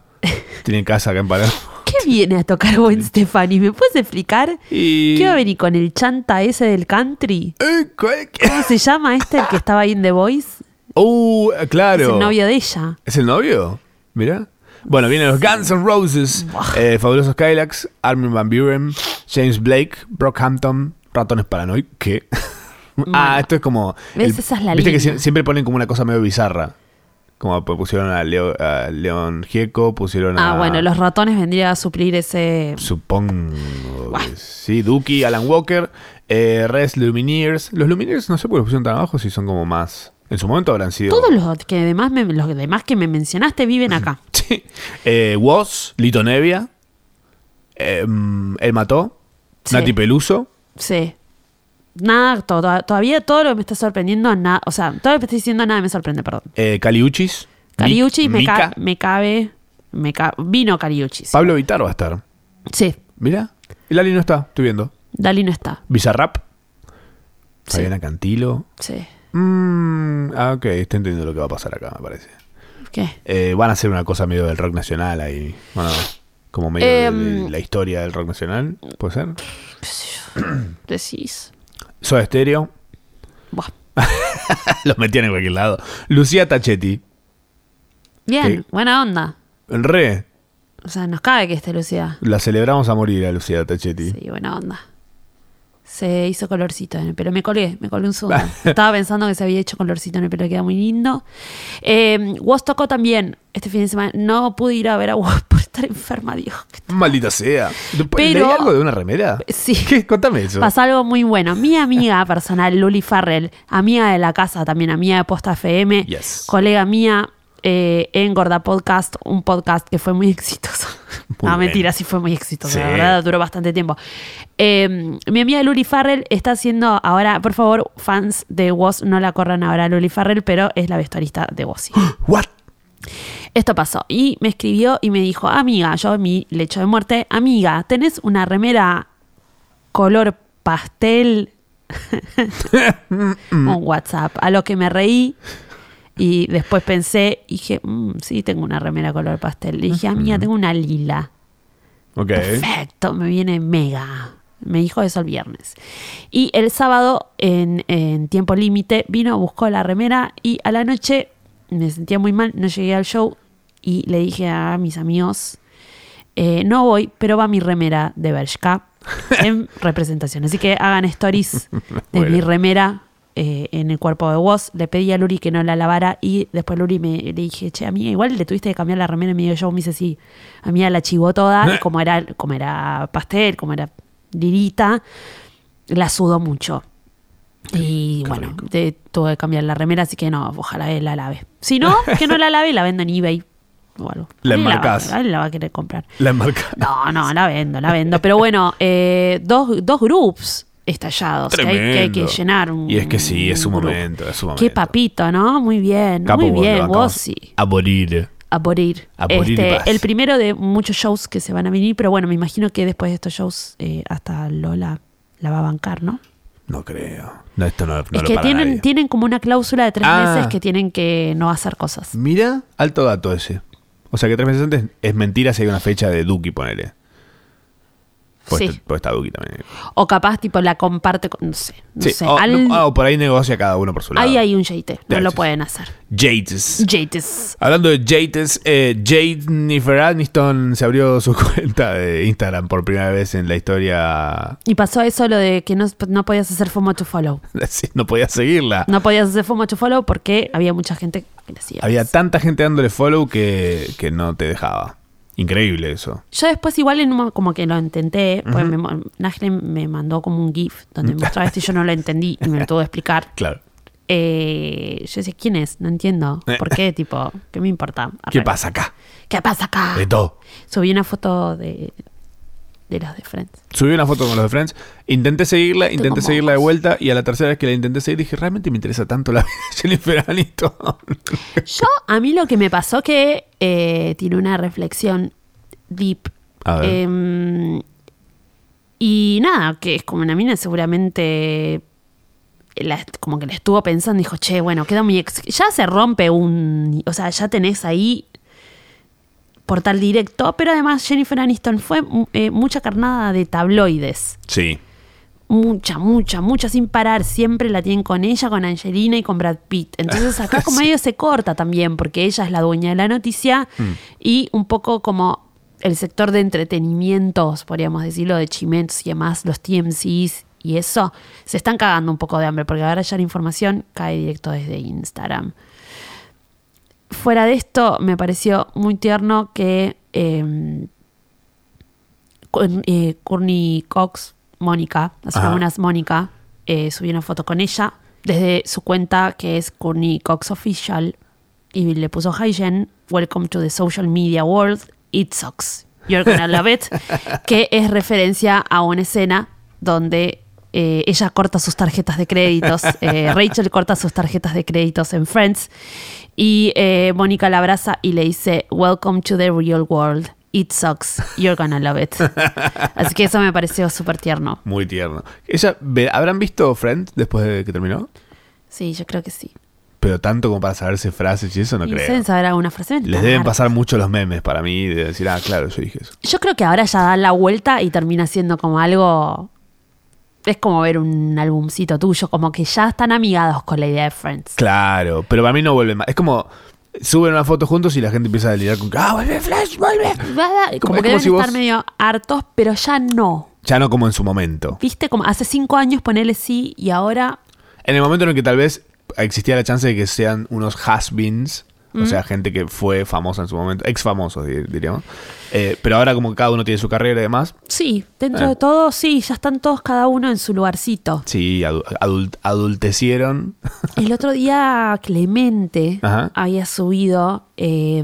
Speaker 1: Tiene casa acá en Palermo.
Speaker 2: ¿Qué viene a tocar Gwen Stefani? ¿Me puedes explicar?
Speaker 1: Y...
Speaker 2: ¿Qué va a venir con el chanta ese del country?
Speaker 1: Eh, ¿cuál- qué?
Speaker 2: ¿Cómo se llama este el que estaba ahí en The Voice?
Speaker 1: Uh, claro.
Speaker 2: Es el novio de ella.
Speaker 1: ¿Es el novio? Mirá. Bueno, vienen los Guns N' Roses, eh, Fabulosos Kylax, Armin Van Buren, James Blake, Brockhampton, Ratones Paranoid. ¿Qué? ah, esto es como.
Speaker 2: ¿Ves? Esa es la
Speaker 1: Viste que
Speaker 2: línea.
Speaker 1: sie- siempre ponen como una cosa medio bizarra. Como pu- pusieron a, Leo- a León Gieco, pusieron a.
Speaker 2: Ah, bueno, los ratones vendría a suplir ese.
Speaker 1: Supongo. que Sí, Duki, Alan Walker, eh, Res Lumineers. Los Lumineers no sé por qué los pusieron tan abajo si son como más. En su momento habrán sido.
Speaker 2: Todos los que demás me- los demás que me mencionaste viven acá.
Speaker 1: Sí. Eh, Woz, Lito Nevia, eh, mm, El Mató,
Speaker 2: Sí.
Speaker 1: Nati Peluso.
Speaker 2: Sí. Nada, to- to- todavía todo lo que me está sorprendiendo, nada. O sea, todo lo que me está diciendo nada me sorprende, perdón.
Speaker 1: eh, Caliuchis. Mi-
Speaker 2: Cariuchi me, ca-
Speaker 1: Mica.
Speaker 2: me cabe. Me ca- vino Cariuchi. Sí.
Speaker 1: Pablo Vitar va a estar.
Speaker 2: Sí,
Speaker 1: Mira. El Ali no está, estoy viendo.
Speaker 2: Dalí no está.
Speaker 1: Bizarrap.
Speaker 2: Sí.
Speaker 1: Fabiana Cantilo.
Speaker 2: Sí.
Speaker 1: Mm, ah, ok, estoy entendiendo lo que va a pasar acá, me parece.
Speaker 2: ¿Qué?
Speaker 1: Eh, van a hacer una cosa medio del rock nacional ahí. Bueno, como medio de- de,
Speaker 2: Em.
Speaker 1: la historia del rock nacional, ¿puede ser?
Speaker 2: Decís.
Speaker 1: Soda Stereo.
Speaker 2: Buah.
Speaker 1: Los metían en cualquier lado. Lucía Tachetti.
Speaker 2: Bien,
Speaker 1: Sí.
Speaker 2: buena onda.
Speaker 1: Re.
Speaker 2: O sea, nos cabe que esté Lucía.
Speaker 1: La celebramos a morir a Lucía Tachetti.
Speaker 2: Sí, buena onda. Se hizo colorcito en el pelo. Me colgué, me colgué un zoom. Estaba pensando que se había hecho colorcito en el pelo, queda muy lindo. Eh, Woz tocó también este fin de semana. No pude ir a ver a Woz por estar enferma, Dios.
Speaker 1: Maldita sea.
Speaker 2: Pero-
Speaker 1: ¿Leí algo de una remera?
Speaker 2: Sí.
Speaker 1: ¿Qué? Contame eso.
Speaker 2: Pasó algo muy bueno. Mi amiga personal, Luli Farrell, amiga de la casa también, amiga de Posta FM,
Speaker 1: Yes.
Speaker 2: colega mía, eh, en Gorda Podcast, un podcast que fue muy exitoso.
Speaker 1: Muy
Speaker 2: no, mentira,
Speaker 1: bueno.
Speaker 2: sí fue muy exitoso,
Speaker 1: Sí.
Speaker 2: la verdad, duró bastante tiempo. Eh, mi amiga Luli Farrell está haciendo ahora, por favor, fans de Woz, no la corran ahora a Luli Farrell, pero es la vestuarista de Woz.
Speaker 1: ¿What?
Speaker 2: Esto pasó. Y me escribió y me dijo, amiga, yo en mi lecho de muerte, amiga, ¿tenés una remera color pastel? Un WhatsApp. A lo que me reí y después pensé, y dije, "Mm, sí, tengo una remera color pastel. Le dije, amiga, tengo una lila.
Speaker 1: Ok.
Speaker 2: Perfecto, me viene mega. Me dijo eso el viernes. Y el sábado, en, en tiempo límite, vino, buscó la remera y a la noche me sentía muy mal, no llegué al show y le dije a mis amigos, eh, no voy, pero va mi remera de Bershka en representación. Así que hagan stories de
Speaker 1: Bueno.
Speaker 2: mi remera eh, en el cuerpo de Woz. Le pedí a Luri que no la lavara y después Luri me le dije, che, a mí igual le tuviste que cambiar la remera en medio show. Me dice, sí, a mí la chivó toda, y como era, como era pastel, como era lirita, la sudó mucho. Y bueno, te- tuve que cambiar la remera, así que no, ojalá él la lave. Si no, que no la lave, la vendo en eBay o algo.
Speaker 1: La
Speaker 2: Alguien va-
Speaker 1: enmarcás.
Speaker 2: alguien la va a querer comprar.
Speaker 1: La marca.
Speaker 2: No, no, la vendo, la vendo. Pero bueno, eh, dos, dos groups estallados que hay, que hay que
Speaker 1: Tremendo.
Speaker 2: llenar. un-
Speaker 1: Y es que sí, es su
Speaker 2: un grupo.
Speaker 1: momento, es su
Speaker 2: Qué
Speaker 1: momento.
Speaker 2: papito, ¿no? Muy bien,
Speaker 1: Capo,
Speaker 2: muy
Speaker 1: vos,
Speaker 2: bien,
Speaker 1: levantamos
Speaker 2: vos sí.
Speaker 1: A morir.
Speaker 2: A por ir.
Speaker 1: A por ir
Speaker 2: Este,
Speaker 1: vas.
Speaker 2: el primero de muchos shows que se van a venir, pero bueno, me imagino que después de estos shows eh, hasta Lola la va a bancar, ¿no?
Speaker 1: No creo. No, esto no, no
Speaker 2: es
Speaker 1: lo
Speaker 2: que
Speaker 1: para
Speaker 2: tienen,
Speaker 1: nadie.
Speaker 2: tienen como una cláusula de tres
Speaker 1: Ah.
Speaker 2: meses que tienen que no hacer cosas.
Speaker 1: Mira, alto dato ese. O sea que tres meses antes es mentira si hay una fecha de Duki, ponele. Pues,
Speaker 2: Sí.
Speaker 1: este- pues está Duki también.
Speaker 2: O capaz, tipo, la comparte con. No sé. No
Speaker 1: Sí,
Speaker 2: sé.
Speaker 1: o,
Speaker 2: al-
Speaker 1: no- ah, o por ahí negocia cada uno por su lado.
Speaker 2: ahí hay un JT. No lo
Speaker 1: Gracias.
Speaker 2: pueden hacer.
Speaker 1: Jates.
Speaker 2: JTs.
Speaker 1: Hablando de Jates, eh, Jennifer Aniston se abrió su cuenta de Instagram por primera vez en la historia.
Speaker 2: Y pasó eso lo de que no, no podías hacer FOMO to follow.
Speaker 1: Sí, No podía seguirla.
Speaker 2: No podías hacer FOMO to follow porque había mucha gente que lo hacía.
Speaker 1: Había tanta gente dándole follow que, que no te dejaba. Increíble eso.
Speaker 2: Yo después igual en un mo- como que lo intenté, pues me mo- Najle me mandó como un GIF donde me mostraba esto y yo no lo entendí y me lo tuvo que explicar.
Speaker 1: Claro.
Speaker 2: Eh, yo decía, ¿quién es? No entiendo. ¿Por qué? Tipo, ¿qué me importa?
Speaker 1: Eh. ¿Qué
Speaker 2: Arranca.
Speaker 1: pasa acá?
Speaker 2: ¿Qué pasa acá?
Speaker 1: De todo.
Speaker 2: Subí una foto de, de los de Friends.
Speaker 1: Subí una foto con los de Friends. Intenté seguirla, intenté
Speaker 2: como
Speaker 1: seguirla de
Speaker 2: vos.
Speaker 1: vuelta. Y a la tercera vez que la intenté seguir, dije, realmente me interesa tanto la vida de Jennifer Aniston.
Speaker 2: Yo, a mí lo que me pasó que eh, tiene una reflexión deep.
Speaker 1: A ver.
Speaker 2: Em, y nada, que es como una mina seguramente la est- como que la estuvo pensando, dijo, che, bueno, queda muy... ex- ya se rompe un... O sea, ya tenés ahí portal directo, pero además Jennifer Aniston fue mm, eh, mucha carnada de tabloides.
Speaker 1: Sí.
Speaker 2: Mucha, mucha, mucha, sin parar. Siempre la tienen con ella, con Angelina y con Brad Pitt. Entonces acá como medio se corta también, porque ella es la dueña de la noticia y un poco como el sector de entretenimientos, podríamos decirlo, de chimentos y demás, los TMCs y eso, se están cagando un poco de hambre, porque ahora ya la información cae directo desde Instagram. Fuera de esto, me pareció muy tierno que... em, Courtney eh, Courtney Cox, Mónica, las
Speaker 1: Ajá.
Speaker 2: hermanas Mónica, eh, subió una foto con ella desde su cuenta que es Courtney Cox Official y le puso Hi Jen, welcome to the social media world, it sucks, you're gonna love it, que es referencia a una escena donde eh, ella corta sus tarjetas de créditos, eh, Rachel corta sus tarjetas de créditos en Friends y eh, Mónica la abraza y le dice, Welcome to the real world. It sucks. You're gonna love it. Así que eso me pareció súper tierno.
Speaker 1: Muy tierno. Ella, ve- ¿Habrán visto Friends después de que terminó?
Speaker 2: Sí, yo creo que sí.
Speaker 1: Pero tanto como para saberse frases y eso no
Speaker 2: y
Speaker 1: creo.
Speaker 2: deben saber alguna frase.
Speaker 1: Les deben pasar mucho los memes para mí de decir, ah, claro, yo dije eso.
Speaker 2: Yo creo que ahora ya da la vuelta y termina siendo como algo... Es como ver un albumcito tuyo, como que ya están amigados con la idea de Friends.
Speaker 1: Claro, pero para mí no vuelve más. Es como suben una foto juntos y la gente empieza a delirar con que, ah, vuelve Flash, vuelve.
Speaker 2: Como,
Speaker 1: Como- es como
Speaker 2: que deben
Speaker 1: si
Speaker 2: estar
Speaker 1: vos-
Speaker 2: medio hartos, pero ya no.
Speaker 1: Ya no como en su momento.
Speaker 2: Viste, como hace cinco años ponele sí y ahora
Speaker 1: En el momento en el que tal vez existía la chance de que sean unos has-beens, O sea, gente que fue famosa en su momento, ex famosos, di- diríamos. Eh, pero ahora, como cada uno tiene su carrera y demás,
Speaker 2: Sí, dentro
Speaker 1: Eh.
Speaker 2: de todo, sí, ya están todos cada uno en su lugarcito.
Speaker 1: sí, adu- adult- adultecieron.
Speaker 2: El otro día Clemente
Speaker 1: Ajá.
Speaker 2: había subido eh,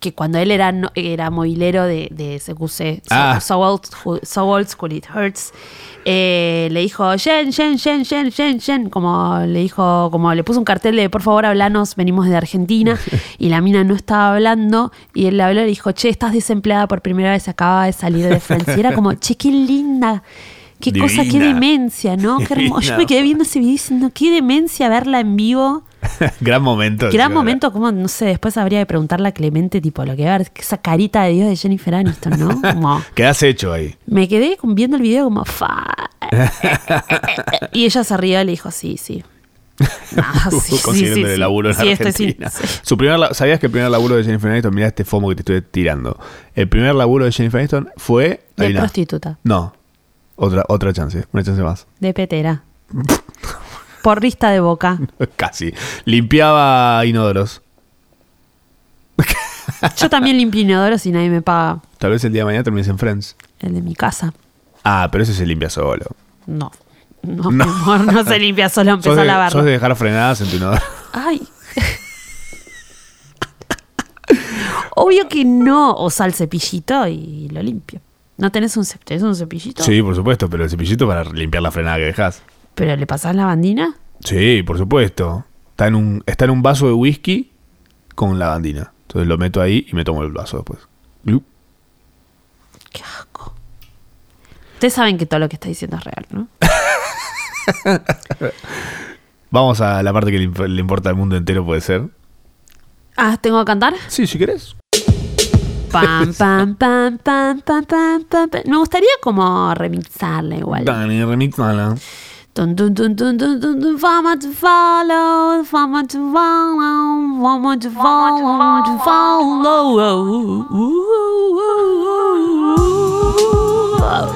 Speaker 2: que cuando él era, no- era movilero de, de CQC, so,
Speaker 1: Ah.
Speaker 2: so old, Ju- So Old School It Hurts, eh, le dijo, Jen, Jen, Jen, Jen, Jen, Jen, como le dijo, como le puso un cartel de, por favor, hablanos, venimos de Argentina, y la mina no estaba hablando, y él le habló y le dijo, che, estás desempleada por primera vez, acaba de salir de Friends, y era como, che, qué linda, qué cosa, qué
Speaker 1: Divina.
Speaker 2: demencia, ¿no? Qué hermoso. Yo
Speaker 1: Divina.
Speaker 2: me quedé viendo ese video diciendo, qué demencia verla en vivo.
Speaker 1: Gran momento.
Speaker 2: Gran
Speaker 1: sí,
Speaker 2: momento, como, no sé, después habría que preguntarle a Clemente, tipo, lo que va a ver, esa carita de Dios de Jennifer Aniston, ¿no? Como,
Speaker 1: ¿verdad? ¿Qué has hecho ahí?
Speaker 2: me quedé con- viendo el video como, fa. Y ella se rió y le dijo, sí, sí. No, Ah, sí, sí, sí,
Speaker 1: Consiguiendo Uh, el
Speaker 2: sí.
Speaker 1: laburo en
Speaker 2: Sí, estoy sin-
Speaker 1: Argentina.
Speaker 2: sí.
Speaker 1: Su primer la- ¿Sabías que el primer laburo de Jennifer Aniston? Mirá este fomo que te estoy tirando. El primer laburo de Jennifer Aniston fue...
Speaker 2: De
Speaker 1: adiviná.
Speaker 2: prostituta,
Speaker 1: No. Otra, otra chance. Una chance más.
Speaker 2: de petera. Porrista de boca.
Speaker 1: Casi. Limpiaba inodoros.
Speaker 2: Yo también limpio inodoros y nadie me paga
Speaker 1: Tal vez el día de mañana termines en Friends.
Speaker 2: el de mi casa.
Speaker 1: Ah, pero ese se limpia solo.
Speaker 2: No. No, mi amor, no se limpia solo,
Speaker 1: Sos
Speaker 2: empezó a
Speaker 1: de,
Speaker 2: lavarlo.
Speaker 1: sos de dejar frenadas en tu inodoro.
Speaker 2: Ay. Obvio que no. O sal cepillito y lo limpio. ¿No tenés un, cep- tenés un cepillito?
Speaker 1: Sí, por supuesto, pero el cepillito para limpiar la frenada que dejas.
Speaker 2: ¿Pero le pasás lavandina?
Speaker 1: Sí, por supuesto. Está en un, está en un vaso de whisky con lavandina. Entonces lo meto ahí y me tomo el vaso después. Glup.
Speaker 2: Qué asco. Ustedes saben que todo lo que está diciendo es real, ¿no?
Speaker 1: Vamos a la parte que le, imp- le importa al mundo entero, puede ser.
Speaker 2: Ah, ¿tengo que cantar?
Speaker 1: Sí, si querés.
Speaker 2: Pam, pam, pam, pam, pam, pam, pam, pam. Me gustaría como remixarla igual.
Speaker 1: Dani, remixala.
Speaker 2: Dun, dun, dun, dun, dun, dun, dun, Fama to follow, fama to follow, fama to follow, fama to follow.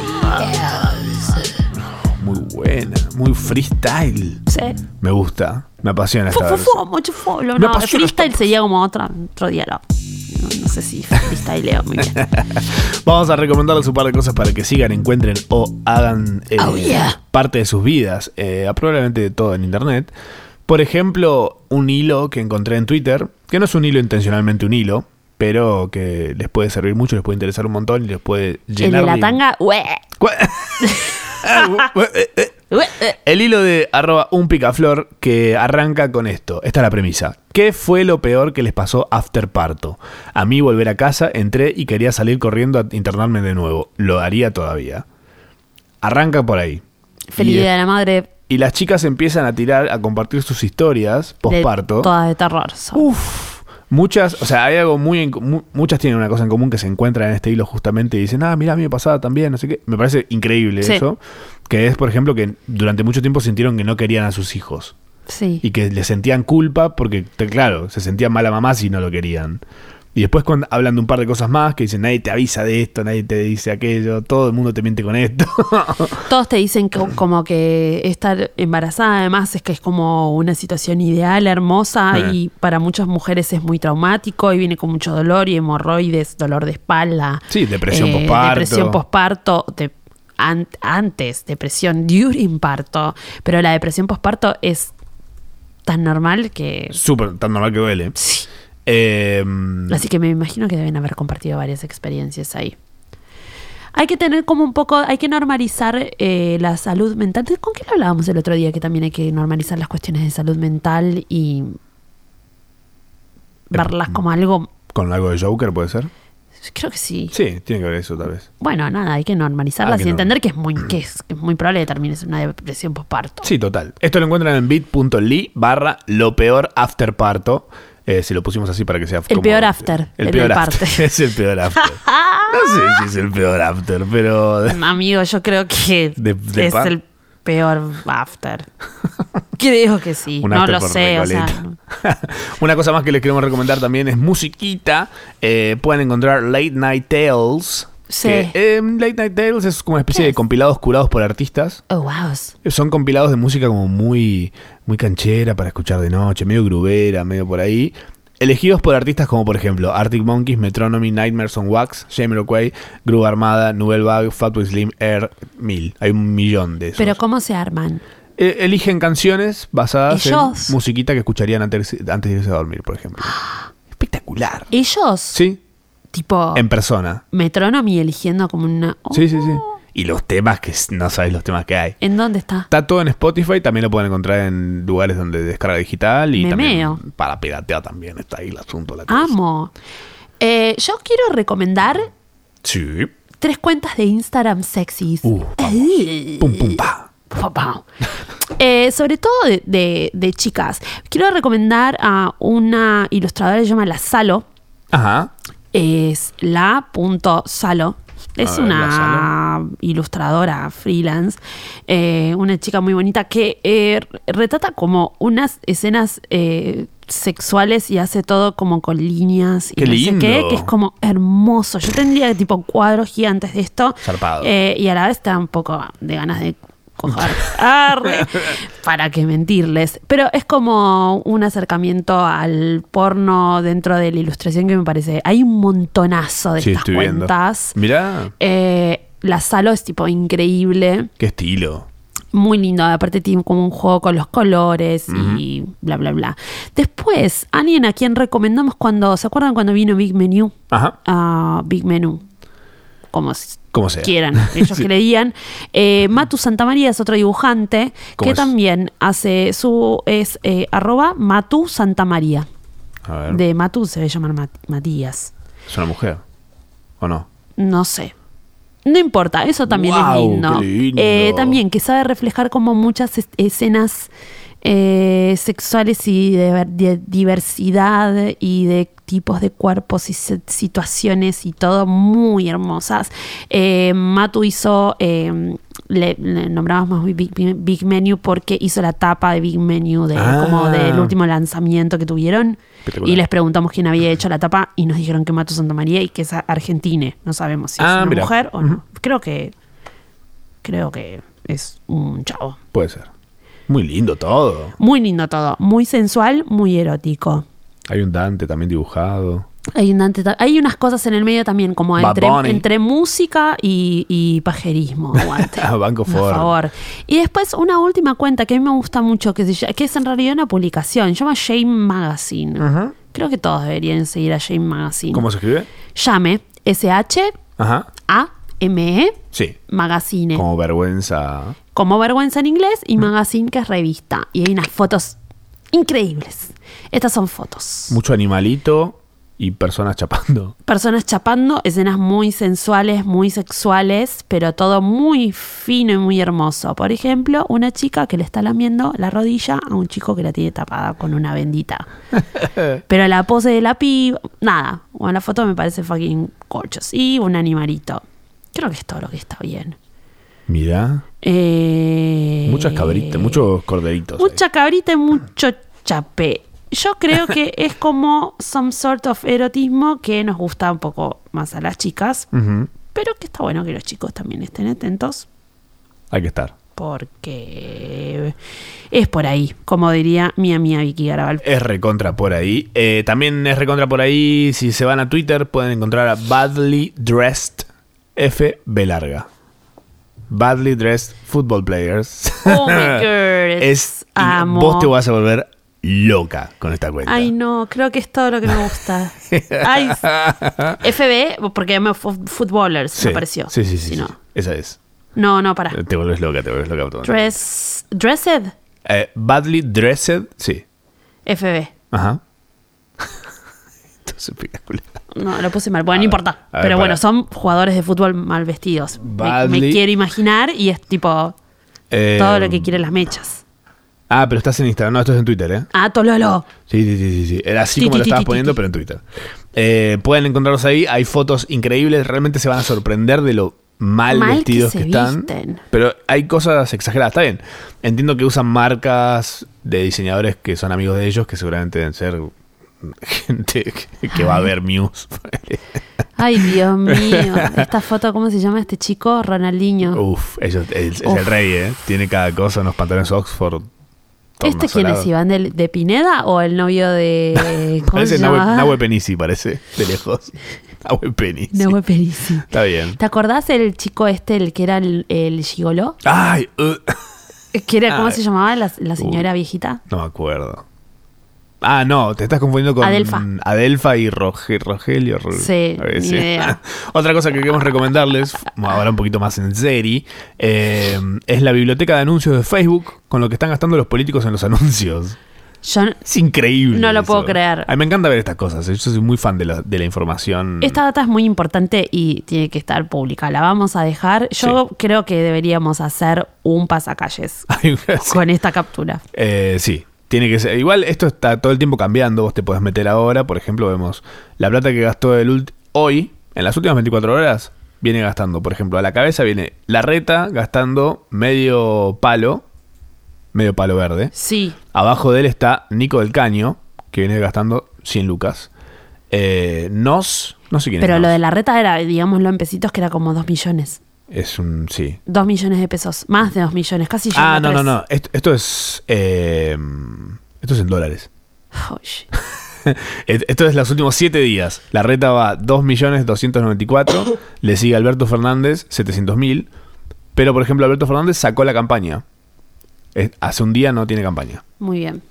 Speaker 1: Muy buena, muy freestyle.
Speaker 2: Sí.
Speaker 1: Me gusta, me apasiona
Speaker 2: Fu,
Speaker 1: esta
Speaker 2: fu,
Speaker 1: versión.
Speaker 2: fu, mucho follow.
Speaker 1: Me
Speaker 2: No,
Speaker 1: apasiona
Speaker 2: freestyle sería como otro, otro día. lo- No, no sé si freestyleo muy bien.
Speaker 1: Vamos a recomendarles un par de cosas para que sigan, encuentren o hagan eh,
Speaker 2: Oh, yeah.
Speaker 1: parte de sus vidas, eh, a probablemente de todo en internet. Por ejemplo, un hilo que encontré en Twitter, que no es un hilo intencionalmente un hilo, pero que les puede servir mucho, les puede interesar un montón y les puede
Speaker 2: El de
Speaker 1: llenar.
Speaker 2: la
Speaker 1: de-
Speaker 2: tanga, ue,
Speaker 1: Cu-
Speaker 2: ue, eh.
Speaker 1: El hilo de arroba un picaflor que arranca con esto. Esta es la premisa. ¿Qué fue lo peor que les pasó after parto? A mí volver a casa, entré y quería salir corriendo a internarme de nuevo. Lo haría todavía. Arranca por ahí.
Speaker 2: Feliz
Speaker 1: Y-
Speaker 2: día de la madre.
Speaker 1: Y las chicas empiezan a tirar, a compartir sus historias
Speaker 2: de
Speaker 1: posparto. Uh.
Speaker 2: Todas de terror. son.
Speaker 1: Uf. Muchas, o sea, hay algo muy. en- mu- muchas tienen una cosa en común que se encuentran en este hilo justamente y dicen, ah, mirá, a mí me pasaba también, no sé qué. Me parece increíble
Speaker 2: Sí.
Speaker 1: eso. Que es, por ejemplo, que durante mucho tiempo sintieron que no querían a sus hijos
Speaker 2: Sí.
Speaker 1: y que le sentían culpa porque, te- claro, se sentían mala mamá si no lo querían. Y después cuando, hablan de un par de cosas más que dicen, nadie te avisa de esto, nadie te dice aquello, todo el mundo te miente con esto.
Speaker 2: Todos te dicen que, como que estar embarazada además es que es como una situación ideal, hermosa
Speaker 1: Eh.
Speaker 2: y para muchas mujeres es muy traumático y viene con mucho dolor y hemorroides, dolor de espalda. eh,
Speaker 1: Sí, depresión posparto.
Speaker 2: Depresión posparto, de- an- antes, depresión during parto, pero la depresión posparto es tan normal que...
Speaker 1: Súper, tan normal que duele.
Speaker 2: Sí.
Speaker 1: Em,
Speaker 2: Así que me imagino que deben haber compartido varias experiencias ahí. Hay que tener como un poco, hay que normalizar eh, la salud mental. ¿Con qué lo hablábamos el otro día? Que también hay que normalizar las cuestiones de salud mental y
Speaker 1: mm.
Speaker 2: verlas como algo...
Speaker 1: con algo de Joker puede ser.
Speaker 2: Creo que sí.
Speaker 1: Sí, tiene que ver eso tal vez.
Speaker 2: Bueno, nada, hay que normalizarlas
Speaker 1: Ah, que
Speaker 2: y
Speaker 1: no.
Speaker 2: entender que es muy que es, que es muy probable que termines en una depresión postparto.
Speaker 1: Sí, total. Esto lo encuentran en bit.ly barra lo peor after parto. Eh, se lo pusimos así para que sea...
Speaker 2: El peor after,
Speaker 1: El
Speaker 2: el
Speaker 1: peor
Speaker 2: del
Speaker 1: after.
Speaker 2: parte.
Speaker 1: Es el peor after. No sé si es el peor after, pero...
Speaker 2: Amigo, yo creo que
Speaker 1: De- de
Speaker 2: es
Speaker 1: par-
Speaker 2: el peor after. creo que sí.
Speaker 1: Un
Speaker 2: no
Speaker 1: after
Speaker 2: lo
Speaker 1: por
Speaker 2: sé, o sea,
Speaker 1: Recoleta.
Speaker 2: no-
Speaker 1: Una cosa más que les queremos recomendar también es musiquita. Eh, pueden encontrar Late Night Tales.
Speaker 2: Sí.
Speaker 1: Que, em, Late Night Tales es como una especie de compilados curados por artistas.
Speaker 2: Oh, wow.
Speaker 1: Son compilados de música como muy, muy canchera para escuchar de noche, medio grubera, medio por ahí. Elegidos por artistas como, por ejemplo, Arctic Monkeys, Metronomy, Nightmares on Wax, Jamiroquai, Groove Armada, Nouvelle Vague, Fatboy Slim, Air, Mil. Hay un millón de esos.
Speaker 2: Pero ¿cómo se arman?
Speaker 1: Eh, eligen canciones basadas
Speaker 2: Ellos.
Speaker 1: en musiquita que escucharían antes, antes de irse a dormir, por ejemplo. Espectacular.
Speaker 2: ¿Ellos?
Speaker 1: Sí,
Speaker 2: Tipo
Speaker 1: en persona.
Speaker 2: Metronomy eligiendo como una... Oh,
Speaker 1: Sí, sí, sí. Y los temas que s- no sabes los temas que hay.
Speaker 2: ¿En dónde está?
Speaker 1: Está todo en Spotify, también lo pueden encontrar en lugares donde descarga digital y
Speaker 2: Me
Speaker 1: también
Speaker 2: meo.
Speaker 1: para piratear también está ahí el asunto. La cosa.
Speaker 2: Amo. Eh, yo quiero recomendar
Speaker 1: Sí.
Speaker 2: tres cuentas de Instagram sexys.
Speaker 1: Uh, vamos.
Speaker 2: Eh.
Speaker 1: Pum, pum, pa.
Speaker 2: Pau, pau. Eh, sobre todo de, de- de chicas. Quiero recomendar a una ilustradora que se llama La Salo.
Speaker 1: Ajá.
Speaker 2: Es la punto Salo. Es
Speaker 1: ver, La
Speaker 2: una ilustradora freelance, eh, una chica muy bonita que eh, retrata como unas escenas eh, sexuales y hace todo como con líneas y
Speaker 1: Qué
Speaker 2: no sé
Speaker 1: lindo.
Speaker 2: qué, que es como hermoso. Yo tendría tipo cuadros gigantes de esto.
Speaker 1: Zarpado.
Speaker 2: Eh, y a la vez está un poco de ganas de coger. Arre, para que mentirles. Pero es como un acercamiento al porno dentro de la ilustración que me parece. Hay un montonazo de
Speaker 1: Sí,
Speaker 2: estas
Speaker 1: estoy viendo.
Speaker 2: cuentas.
Speaker 1: Mirá,
Speaker 2: Eh, la Salo es tipo increíble,
Speaker 1: qué estilo.
Speaker 2: muy lindo. Aparte tiene como un juego con los colores y bla, bla, bla. Después, alguien a quien recomendamos cuando, ¿se acuerdan cuando vino Big Menu?
Speaker 1: Ajá.
Speaker 2: a Big Menu. Como s-
Speaker 1: Como sea.
Speaker 2: quieran, ellos
Speaker 1: Sí.
Speaker 2: que leían. Eh, Matu Santamaría es otro dibujante
Speaker 1: ¿Cómo
Speaker 2: que
Speaker 1: es?
Speaker 2: también hace su. es eh, arroba Matu Santamaría.
Speaker 1: A ver.
Speaker 2: De Matu se debe llamar Mat- Matías.
Speaker 1: ¿Es una mujer? ¿O no?
Speaker 2: No sé. No importa, eso también
Speaker 1: Guau,
Speaker 2: es lindo.
Speaker 1: qué lindo.
Speaker 2: Eh, también que sabe reflejar como muchas es- escenas eh, sexuales y de, ver- de diversidad y de tipos de cuerpos y se- situaciones y todo muy hermosas. Eh, Matu hizo, eh, le, le nombrábamos Big, Big- Big Menu porque hizo la tapa de Big Menu de,
Speaker 1: Ah.
Speaker 2: como del último lanzamiento que tuvieron.
Speaker 1: Espectacular.
Speaker 2: Y les preguntamos quién había hecho la tapa y nos dijeron que Mato Santa María y que es argentine. No sabemos si es
Speaker 1: Ah,
Speaker 2: una
Speaker 1: mira.
Speaker 2: mujer o no. Creo que. Creo que es un chavo.
Speaker 1: Puede ser. Muy lindo todo.
Speaker 2: Muy lindo todo. Muy sensual, muy erótico.
Speaker 1: Hay un Dante también dibujado.
Speaker 2: Hay, un ante- hay unas cosas en el medio también, como
Speaker 1: Bad
Speaker 2: entre,
Speaker 1: Bunny.
Speaker 2: entre música y, y pajerismo. aguante.
Speaker 1: Ah, Banco
Speaker 2: Por
Speaker 1: Ford.
Speaker 2: favor. Y después una última cuenta que a mí me gusta mucho, que, se ll- que es en realidad una publicación. Se llama Shame Magazine. Creo que todos deberían seguir a Shame Magazine.
Speaker 1: ¿Cómo se escribe?
Speaker 2: Llame S-H-A-M-E
Speaker 1: Ajá. Sí.
Speaker 2: E, Magazine.
Speaker 1: Como vergüenza.
Speaker 2: Como vergüenza en inglés
Speaker 1: ¿Mm?
Speaker 2: y Magazine que es revista. Y hay unas fotos increíbles. Estas son fotos.
Speaker 1: Mucho animalito y personas chapando.
Speaker 2: Personas chapando, escenas muy sensuales, muy sexuales, pero todo muy fino y muy hermoso. Por ejemplo, una chica que le está lamiendo la rodilla a un chico que la tiene tapada con una bendita. Pero la pose de la piba, nada. Bueno, la foto me parece fucking cochos. Y un animalito. Creo que es todo lo que está bien.
Speaker 1: Mirá.
Speaker 2: Eh,
Speaker 1: Muchas cabritas, muchos corderitos. ahí.
Speaker 2: Mucha cabrita y mucho chapé. Yo creo que es como some sort of erotismo que nos gusta un poco más a las chicas,
Speaker 1: Ujú.
Speaker 2: pero que está bueno que los chicos también estén atentos
Speaker 1: Hay que estar.
Speaker 2: porque es por ahí, como diría mi amiga Vicky Garabal.
Speaker 1: Es recontra por ahí. Eh, también es recontra por ahí. Si se van a Twitter, pueden encontrar a Badly Dressed F. B larga. Badly Dressed Football Players.
Speaker 2: Oh my God,
Speaker 1: es.
Speaker 2: amo.
Speaker 1: Vos te vas a volver loca con esta cuenta.
Speaker 2: Ay, no, creo que es todo lo que me gusta. Ay, FB, porque llamo fu- footballers,
Speaker 1: Sí,
Speaker 2: me pareció.
Speaker 1: Sí, sí, sí. sí.
Speaker 2: Si
Speaker 1: Eh,
Speaker 2: No.
Speaker 1: Esa es.
Speaker 2: no, no, pará.
Speaker 1: Te volvés loca, te volvés loca. automáticamente.
Speaker 2: Dress, dressed,
Speaker 1: Eh, badly Dressed, sí.
Speaker 2: FB.
Speaker 1: Ajá. Esto es espectacular.
Speaker 2: No, lo puse mal. Bueno, no importa.
Speaker 1: a ver,
Speaker 2: Pero bueno,
Speaker 1: para.
Speaker 2: son jugadores de fútbol mal vestidos. Me,
Speaker 1: Badly.
Speaker 2: me quiero imaginar y es tipo
Speaker 1: Eh,
Speaker 2: todo lo que quieren las mechas.
Speaker 1: Ah, pero estás en Instagram. No, esto es en Twitter, ¿eh?
Speaker 2: Ah, Tololo.
Speaker 1: Sí, sí, sí, sí, sí. Era así
Speaker 2: Ti,
Speaker 1: como
Speaker 2: ti,
Speaker 1: lo
Speaker 2: ti,
Speaker 1: estabas
Speaker 2: ti,
Speaker 1: poniendo,
Speaker 2: ti.
Speaker 1: pero en Twitter. Eh, pueden encontrarlos ahí. Hay fotos increíbles. Realmente se van a sorprender de lo mal,
Speaker 2: Mal que
Speaker 1: vestidos que,
Speaker 2: se
Speaker 1: están.
Speaker 2: visten.
Speaker 1: Pero hay cosas exageradas. Está bien. Entiendo que usan marcas de diseñadores que son amigos de ellos, que seguramente deben ser gente que- que va a ver Muse.
Speaker 2: Ay, Dios mío. Esta foto, ¿cómo se llama este chico? Ronaldinho.
Speaker 1: Uf, ellos- es, es el
Speaker 2: Uf.
Speaker 1: rey, ¿eh? Tiene cada cosa, unos pantalones Oxford.
Speaker 2: ¿Este quién
Speaker 1: tornasolados.
Speaker 2: es? ¿Iván del- de, Pineda o el novio de. ¿Cómo
Speaker 1: Parece
Speaker 2: se
Speaker 1: Nahue,
Speaker 2: llama?
Speaker 1: Nahue Penisi, parece, de lejos. Nahue Penisi.
Speaker 2: Nahue Perisi.
Speaker 1: Está bien.
Speaker 2: ¿Te acordás el chico este, el que era el, el gigoló?
Speaker 1: Ay, uh,
Speaker 2: Que era, ¿Cómo
Speaker 1: Ay.
Speaker 2: se llamaba la, la
Speaker 1: uh.
Speaker 2: señora viejita?
Speaker 1: no me acuerdo. Ah, no, te estás confundiendo con
Speaker 2: Adelfa.
Speaker 1: Adelfa y Roge- Rogelio. Ro-
Speaker 2: Sí,
Speaker 1: eh,
Speaker 2: ni idea.
Speaker 1: Otra cosa que queremos recomendarles, ahora un poquito más en serie, eh, es la biblioteca de anuncios de Facebook con lo que están gastando los políticos en los anuncios.
Speaker 2: Yo,
Speaker 1: Es increíble.
Speaker 2: No lo
Speaker 1: eso.
Speaker 2: puedo creer.
Speaker 1: A mí me encanta ver estas cosas. eh, Yo soy muy fan de la, de la información.
Speaker 2: esta data es muy importante y tiene que estar pública. La vamos a dejar. Yo creo que deberíamos hacer un pasacalles
Speaker 1: Ay, gracias.
Speaker 2: con esta captura.
Speaker 1: Eh, sí, tiene que ser. Igual esto está todo el tiempo cambiando. Vos te podés meter ahora. Por ejemplo, vemos la plata que gastó el ult hoy, en las últimas 24 horas, viene gastando. Por ejemplo, a la cabeza viene la reta gastando medio palo, medio palo verde.
Speaker 2: Sí.
Speaker 1: Abajo de él está Nico del Caño, que viene gastando 100 lucas. Eh, Nos, no sé quién es
Speaker 2: Pero lo
Speaker 1: Nos.
Speaker 2: de la reta era, digámoslo en pesitos, que era como dos millones.
Speaker 1: Es un. Sí.
Speaker 2: Dos millones de pesos. Más de dos millones, casi llegando
Speaker 1: Ah,
Speaker 2: a
Speaker 1: no, no,
Speaker 2: tres.
Speaker 1: no. Esto, esto es. eh, esto es en dólares.
Speaker 2: Ay,
Speaker 1: Et- Esto es los últimos 7 días. La reta va 2.294. le sigue Alberto Fernández, 700.000. Pero, por ejemplo, Alberto Fernández sacó la campaña. Es- hace un día no tiene campaña.
Speaker 2: muy bien.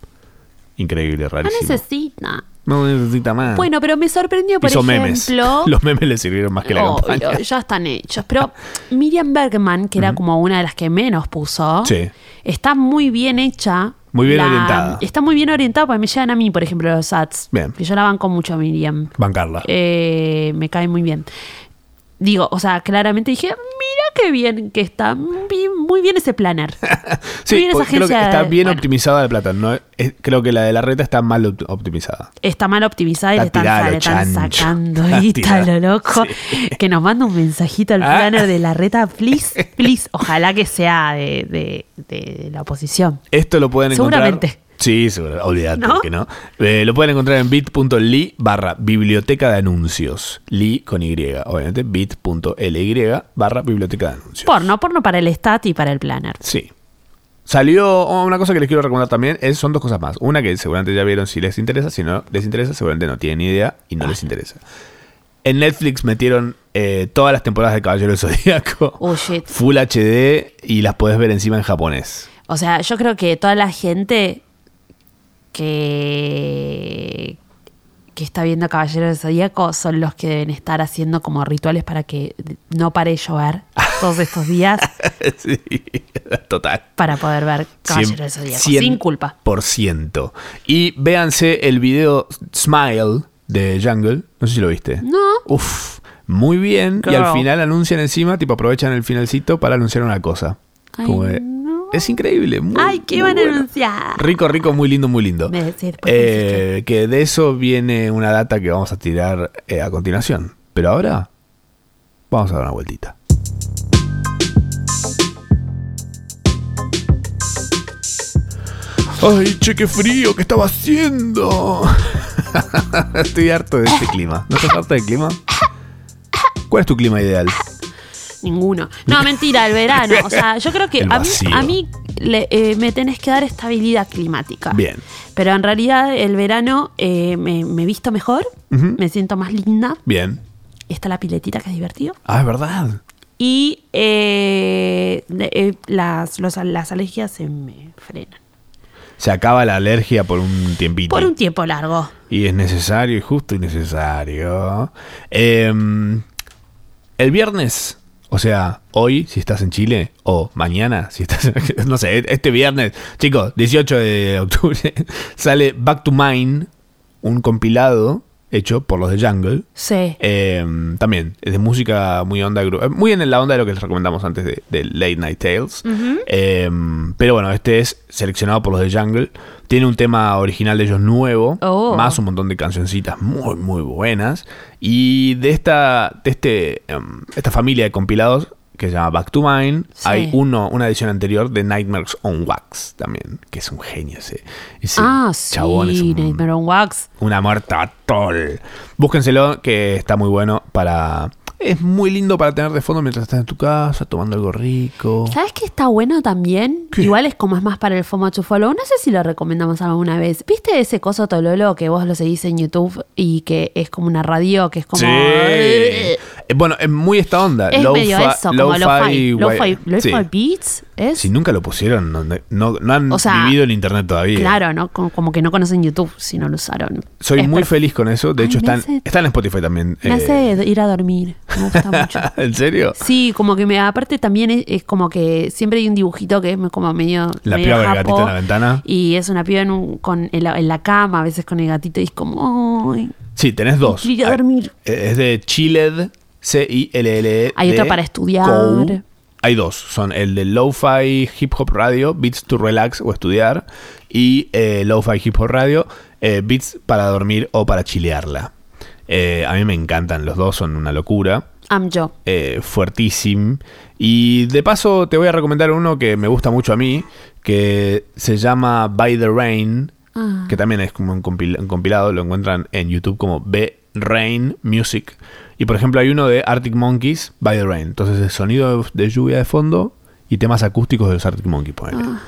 Speaker 1: Increíble,
Speaker 2: Ah, No
Speaker 1: rarísimo.
Speaker 2: necesita.
Speaker 1: No necesita más.
Speaker 2: Bueno, pero me sorprendió, por
Speaker 1: Ah. Hizo
Speaker 2: ejemplo...
Speaker 1: memes. Los memes le sirvieron más que la
Speaker 2: Obvio,
Speaker 1: campaña.
Speaker 2: Oh, ya están hechos. Pero Miriam Bergman, que era como una de las que menos puso,
Speaker 1: Sí.
Speaker 2: está muy bien hecha.
Speaker 1: Muy bien orientada.
Speaker 2: Está muy bien orientada porque me llegan a mí, por ejemplo, los ads.
Speaker 1: Bien.
Speaker 2: Que yo la banco mucho a Miriam.
Speaker 1: Bancarla.
Speaker 2: Eh, me cae muy bien. Digo, o sea, claramente dije, mira qué bien que está. bi- Muy bien ese planner. muy
Speaker 1: sí,
Speaker 2: bien esa
Speaker 1: porque creo que
Speaker 2: agencia
Speaker 1: está
Speaker 2: de-
Speaker 1: bien
Speaker 2: bueno.
Speaker 1: optimizada la plata. No, es- creo que la de la reta está mal opt- optimizada.
Speaker 2: Está mal optimizada y le
Speaker 1: Está
Speaker 2: están,
Speaker 1: tirada,
Speaker 2: le están
Speaker 1: chancho.
Speaker 2: sacando
Speaker 1: Está
Speaker 2: guita,
Speaker 1: tirada.
Speaker 2: lo loco. Que nos manda un mensajito al
Speaker 1: Ah.
Speaker 2: planner de la reta, please, please. Ojalá que sea de, de- de la oposición.
Speaker 1: Esto lo pueden encontrar.
Speaker 2: Seguramente.
Speaker 1: Sí, seguro, olvídate
Speaker 2: ¿No?
Speaker 1: que no. Eh, lo pueden encontrar en bit.ly barra biblioteca de anuncios. Li con Y, obviamente, bit.ly barra biblioteca de anuncios.
Speaker 2: Porno, porno para el stat y para el planner.
Speaker 1: Sí. Salió oh, una cosa que les quiero recomendar también, es, son dos cosas más. Una que seguramente ya vieron si les interesa, si no les interesa, seguramente no tienen ni idea y no
Speaker 2: Ah.
Speaker 1: les interesa. En Netflix metieron eh, todas las temporadas de Caballero del Zodíaco,
Speaker 2: Oh, shit.
Speaker 1: Full HD y las podés ver encima en japonés.
Speaker 2: O sea, yo creo que toda la gente que, que está viendo Caballero del Zodíaco son los que deben estar haciendo como rituales para que no pare de llover todos estos días
Speaker 1: sí, total.
Speaker 2: para poder ver Caballero del Zodíaco. Sin culpa.
Speaker 1: Por ciento. Y véanse el video Smile de Jungle. No sé si lo viste.
Speaker 2: No.
Speaker 1: Uf, muy bien. Y al
Speaker 2: Girl.
Speaker 1: final anuncian encima, tipo aprovechan el finalcito para anunciar una cosa.
Speaker 2: Ay,
Speaker 1: Como que-
Speaker 2: no.
Speaker 1: Es increíble. muy,
Speaker 2: Ay, qué
Speaker 1: muy
Speaker 2: van a
Speaker 1: bueno.
Speaker 2: anunciar.
Speaker 1: Rico, rico, muy lindo, muy lindo.
Speaker 2: Me decís, después
Speaker 1: Eh, que de eso viene una data que vamos a tirar eh, a continuación. Pero ahora vamos a dar una vueltita. Ay, che, qué frío que estaba haciendo. Estoy harto de este clima. ¿No estás harto del clima? ¿Cuál es tu clima ideal?
Speaker 2: Ninguno. No, mentira, el verano. O sea, yo creo que
Speaker 1: El
Speaker 2: a mí,
Speaker 1: vacío.
Speaker 2: a mí le- eh, me tenés que dar estabilidad climática.
Speaker 1: Bien.
Speaker 2: Pero en realidad el verano eh, me, me visto mejor,
Speaker 1: Ujú.
Speaker 2: me siento más linda.
Speaker 1: Bien.
Speaker 2: Está la piletita que es divertido.
Speaker 1: Ah, es verdad.
Speaker 2: Y eh, le- eh, las, los- las alergias se me frenan.
Speaker 1: Se acaba la alergia por un tiempito.
Speaker 2: Por un tiempo largo.
Speaker 1: Y es necesario, y justo y necesario. Em, el viernes, o sea, hoy si estás en Chile, o mañana si estás en, No sé, este viernes, chicos, 18 de octubre, sale Back to Mine, un compilado hecho por los de Jungle.
Speaker 2: Sí.
Speaker 1: Em, también, es de música muy onda, gru- eh, muy en la onda de lo que les recomendamos antes de, de Late Night Tales. Em, pero bueno, este es seleccionado por los de Jungle. Tiene un tema original de ellos nuevo,
Speaker 2: Oh.
Speaker 1: más un montón de cancioncitas muy, muy buenas. Y de esta, de este, em, esta familia de compilados que se llama Back to Mine.
Speaker 2: Sí.
Speaker 1: Hay uno, una edición anterior de Nightmares on Wax también, que es un genio ese. ese
Speaker 2: ah,
Speaker 1: chabón es
Speaker 2: sí,
Speaker 1: un-
Speaker 2: Nightmare on Wax.
Speaker 1: una muerta tol. Búsquenselo, que está muy bueno para. Es muy lindo para tener de fondo mientras estás en tu casa, tomando algo rico.
Speaker 2: ¿Sabes qué está bueno también?
Speaker 1: ¿Qué?
Speaker 2: Igual es como es más para el FOMO to follow. No sé si lo recomendamos alguna vez. ¿Viste ese coso Tololo que vos lo seguís en YouTube y que es como una radio, que es como...
Speaker 1: Sí. Eh, Bueno, es muy esta onda.
Speaker 2: Es
Speaker 1: Lo-fi-
Speaker 2: medio eso, como
Speaker 1: lo-fi,
Speaker 2: lo-fi.
Speaker 1: guay-
Speaker 2: Lo-fi lo-fi
Speaker 1: Sí.
Speaker 2: beats es...
Speaker 1: Si nunca lo pusieron, no, no- no han
Speaker 2: O sea,
Speaker 1: vivido el internet todavía.
Speaker 2: Claro, ¿no? Como, como que no conocen YouTube si no lo usaron.
Speaker 1: Soy
Speaker 2: Es
Speaker 1: muy
Speaker 2: perfecto.
Speaker 1: feliz con eso. De
Speaker 2: Ay,
Speaker 1: hecho,
Speaker 2: me
Speaker 1: están,
Speaker 2: hace-
Speaker 1: están en Spotify también.
Speaker 2: Me
Speaker 1: eh.
Speaker 2: hace ir a dormir. Me gusta mucho.
Speaker 1: ¿En serio?
Speaker 2: Sí, como que me aparte también es, es como que siempre hay un dibujito que es como medio
Speaker 1: La
Speaker 2: medio
Speaker 1: piba con el
Speaker 2: japo,
Speaker 1: gatito en la ventana.
Speaker 2: y es una piba en, un- con, en, la, en la cama a veces con el gatito y es como "Ay".
Speaker 1: Sí, tenés dos.
Speaker 2: Quiero ir a
Speaker 1: Hay- eh,
Speaker 2: dormir.
Speaker 1: Es de Chiled, C-I-L-L.
Speaker 2: Hay otro para estudiar.
Speaker 1: Hay dos. Son el de Lo-Fi Hip Hop Radio, Beats to Relax o estudiar, y eh, Lo-Fi Hip Hop Radio, eh, Beats para dormir o para chilearla. Eh, a mí me encantan los dos, son una locura.
Speaker 2: Am yo.
Speaker 1: eh, fuertísimo. Y de paso te voy a recomendar uno que me gusta mucho a mí, que se llama By the Rain,
Speaker 2: Ah.
Speaker 1: que también es como un, compil- un compilado, lo encuentran en YouTube como B Rain Music. Y por ejemplo hay uno de Arctic Monkeys, By the Rain. Entonces el sonido de lluvia de fondo y temas acústicos de los Arctic Monkeys, ponele.
Speaker 2: Ah.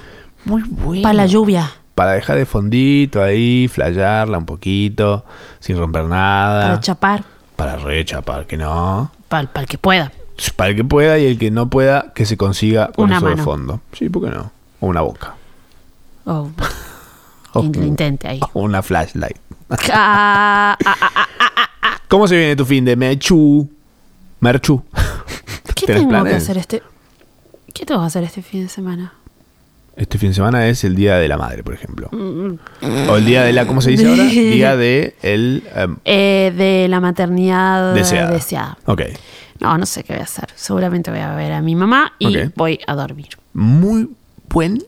Speaker 1: Muy bueno.
Speaker 2: Para la lluvia.
Speaker 1: Para dejar de fondito ahí, flayarla un poquito, sin romper nada.
Speaker 2: Para chapar.
Speaker 1: para rechapar, que no.
Speaker 2: Para, el que pueda.
Speaker 1: Para el que pueda y el que no pueda, que se consiga con
Speaker 2: Una
Speaker 1: eso de
Speaker 2: mano.
Speaker 1: fondo. Sí, ¿por qué no? O una boca.
Speaker 2: Oh,
Speaker 1: O,
Speaker 2: que lo intente ahí.
Speaker 1: o una flashlight.
Speaker 2: Ah, ah, ah, ah.
Speaker 1: ¿Cómo se viene tu fin de Mechu? Merchu.
Speaker 2: ¿Qué
Speaker 1: ¿Tenés
Speaker 2: tengo que
Speaker 1: planes?
Speaker 2: hacer este? ¿Qué tengo que hacer este fin de semana?
Speaker 1: Este fin de semana es el Día de la Madre, por ejemplo.
Speaker 2: Mm.
Speaker 1: O el Día de la, ¿cómo se dice ahora? Día de el em,
Speaker 2: Eh, de la maternidad
Speaker 1: deseada.
Speaker 2: deseada.
Speaker 1: Ok.
Speaker 2: No, no sé qué voy a hacer. Seguramente voy a ver a mi mamá y
Speaker 1: Ok.
Speaker 2: voy a dormir.
Speaker 1: Muy buen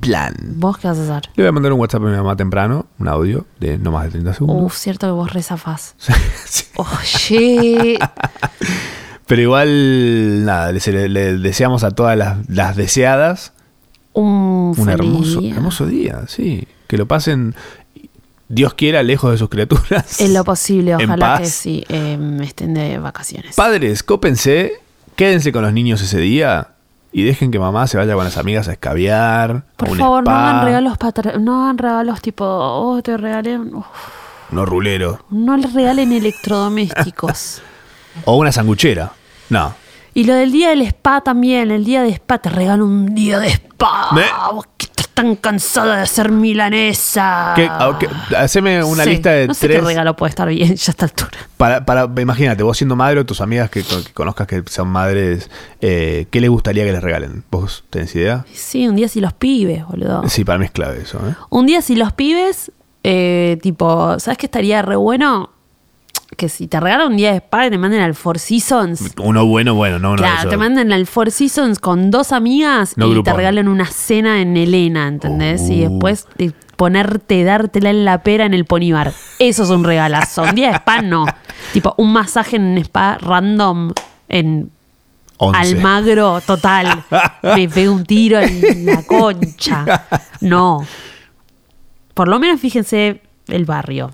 Speaker 1: plan.
Speaker 2: ¿Vos qué vas a hacer?
Speaker 1: Le voy a mandar un WhatsApp a mi mamá temprano, un audio de no más de 30 segundos.
Speaker 2: Uf, cierto que vos rezafás.
Speaker 1: Sí.
Speaker 2: Oye.
Speaker 1: Pero igual, nada, le, le- le deseamos a todas las, las deseadas
Speaker 2: Un,
Speaker 1: un
Speaker 2: feliz
Speaker 1: hermoso,
Speaker 2: día.
Speaker 1: hermoso día, sí. Que lo pasen, Dios quiera, lejos de sus criaturas.
Speaker 2: En lo posible,
Speaker 1: En
Speaker 2: ojalá que
Speaker 1: paz.
Speaker 2: sí eh, estén de vacaciones.
Speaker 1: Padres, cópense, quédense con los niños ese día y dejen que mamá se vaya con las amigas a escabiar. a
Speaker 2: Por
Speaker 1: un
Speaker 2: favor, no
Speaker 1: spa,
Speaker 2: hagan regalos patra- no hagan regalos tipo, oh, te regalen, uf,
Speaker 1: No rulero.
Speaker 2: no les regalen electrodomésticos.
Speaker 1: O una sanguchera. No.
Speaker 2: Y lo del día del spa también, el día de spa, te regalo un día de spa.
Speaker 1: Me-
Speaker 2: Vos que estás tan cansada de ser milanesa.
Speaker 1: ¿Qué- a- qué- haceme ah, una
Speaker 2: Ah. Sí,
Speaker 1: lista de
Speaker 2: no sé
Speaker 1: tres.
Speaker 2: qué regalo puede estar bien ya a esta altura.
Speaker 1: Para, para, imagínate, vos siendo madre o tus amigas que, que conozcas que son madres, eh, ¿qué les gustaría que les regalen? ¿Vos tenés idea?
Speaker 2: Sí, un día si los pibes, boludo.
Speaker 1: Sí, para mí es clave eso. ¿eh?
Speaker 2: Un día si los pibes, eh, tipo, ¿sabes qué estaría re bueno? Que si te regalan un día de spa, te manden al Four Seasons.
Speaker 1: Uno bueno, bueno, no uno de
Speaker 2: claro,
Speaker 1: esos.
Speaker 2: te manden al Four Seasons con dos amigas
Speaker 1: No
Speaker 2: y
Speaker 1: grupo.
Speaker 2: te regalen una cena en Elena, ¿entendés? Y
Speaker 1: Oh.
Speaker 2: después eh, ponerte, dártela en la pera en el ponibar. Eso es un regalazo. Un día de spa, no. tipo, un masaje en un spa random en
Speaker 1: Once.
Speaker 2: Almagro, total. Me pego un tiro en la concha. No. Por lo menos fíjense el barrio.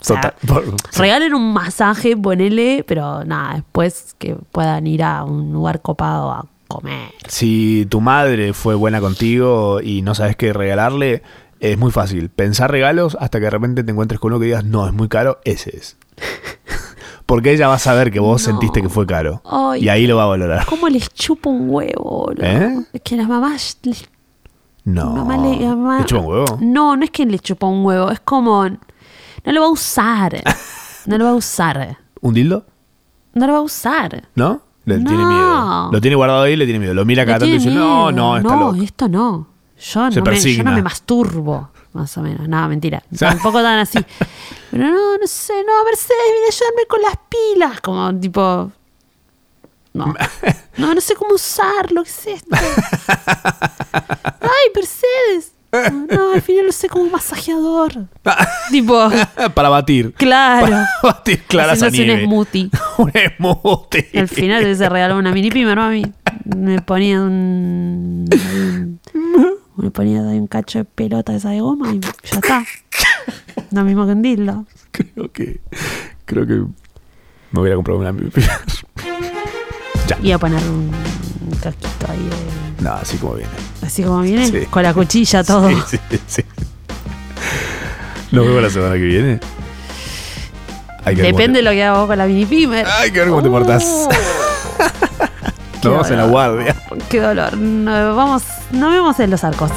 Speaker 2: O sea,
Speaker 1: Total, por-
Speaker 2: Regalen un masaje, ponele, pero nada, después que puedan ir a un lugar copado a comer.
Speaker 1: Si tu madre fue buena contigo y no sabes qué regalarle, es muy fácil. Pensar regalos hasta que de repente te encuentres con uno que digas, no, es muy caro, ese es. Porque ella va a saber que vos sentiste que fue caro.
Speaker 2: Ay.
Speaker 1: Y ahí lo va a valorar.
Speaker 2: ¿Cómo les chupa un huevo, boludo?
Speaker 1: ¿Eh?
Speaker 2: Que las mamás les
Speaker 1: No.
Speaker 2: Mamá le, mamá-
Speaker 1: ¿Te chupa un huevo?
Speaker 2: No, no es que le chupa un huevo, es como. No lo va a usar. No lo va a usar.
Speaker 1: ¿Un dildo?
Speaker 2: No lo va a usar.
Speaker 1: ¿No? Le tiene
Speaker 2: No.
Speaker 1: miedo. Lo tiene guardado ahí y le tiene miedo. Lo mira cada
Speaker 2: Le
Speaker 1: tanto y
Speaker 2: tiene
Speaker 1: dice, no,
Speaker 2: miedo.
Speaker 1: no, está loco.
Speaker 2: esto eh? no. Yo
Speaker 1: Se
Speaker 2: no, me, yo
Speaker 1: persigna.
Speaker 2: no me masturbo, más o menos. No, mentira.
Speaker 1: sea-
Speaker 2: Tampoco tan así. Pero no, no sé. No, Mercedes, viene a ayudarme con las pilas. Como tipo... No. No, no sé cómo usarlo. ¿Qué es esto? Ay, Mercedes. No, al final lo usé como masajeador. tipo,
Speaker 1: Para batir.
Speaker 2: claro.
Speaker 1: Para batir claras a nieve.
Speaker 2: Haciéndose un smoothie.
Speaker 1: un smoothie.
Speaker 2: Al final se regaló una mini pimer, mami. Me ponía un. Me ponía ahí un cacho de pelota esa de goma y ya está. Lo mismo que un dildo.
Speaker 1: Creo que. Creo que. Me voy a comprar una.
Speaker 2: Iba a poner un un casquito ahí, de-
Speaker 1: no, así como viene.
Speaker 2: así como viene,
Speaker 1: Sí.
Speaker 2: con la cuchilla todo.
Speaker 1: Sí, sí, sí. Nos vemos la semana que viene. Hay que Ah. ver cómo
Speaker 2: Depende Uh. de
Speaker 1: te-
Speaker 2: lo que hago con la mini pimer.
Speaker 1: Hay que ver cómo te portás. Nos vemos en la guardia.
Speaker 2: Qué dolor. No, vamos, nos vemos en los arcos.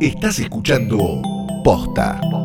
Speaker 3: Estás escuchando Posta.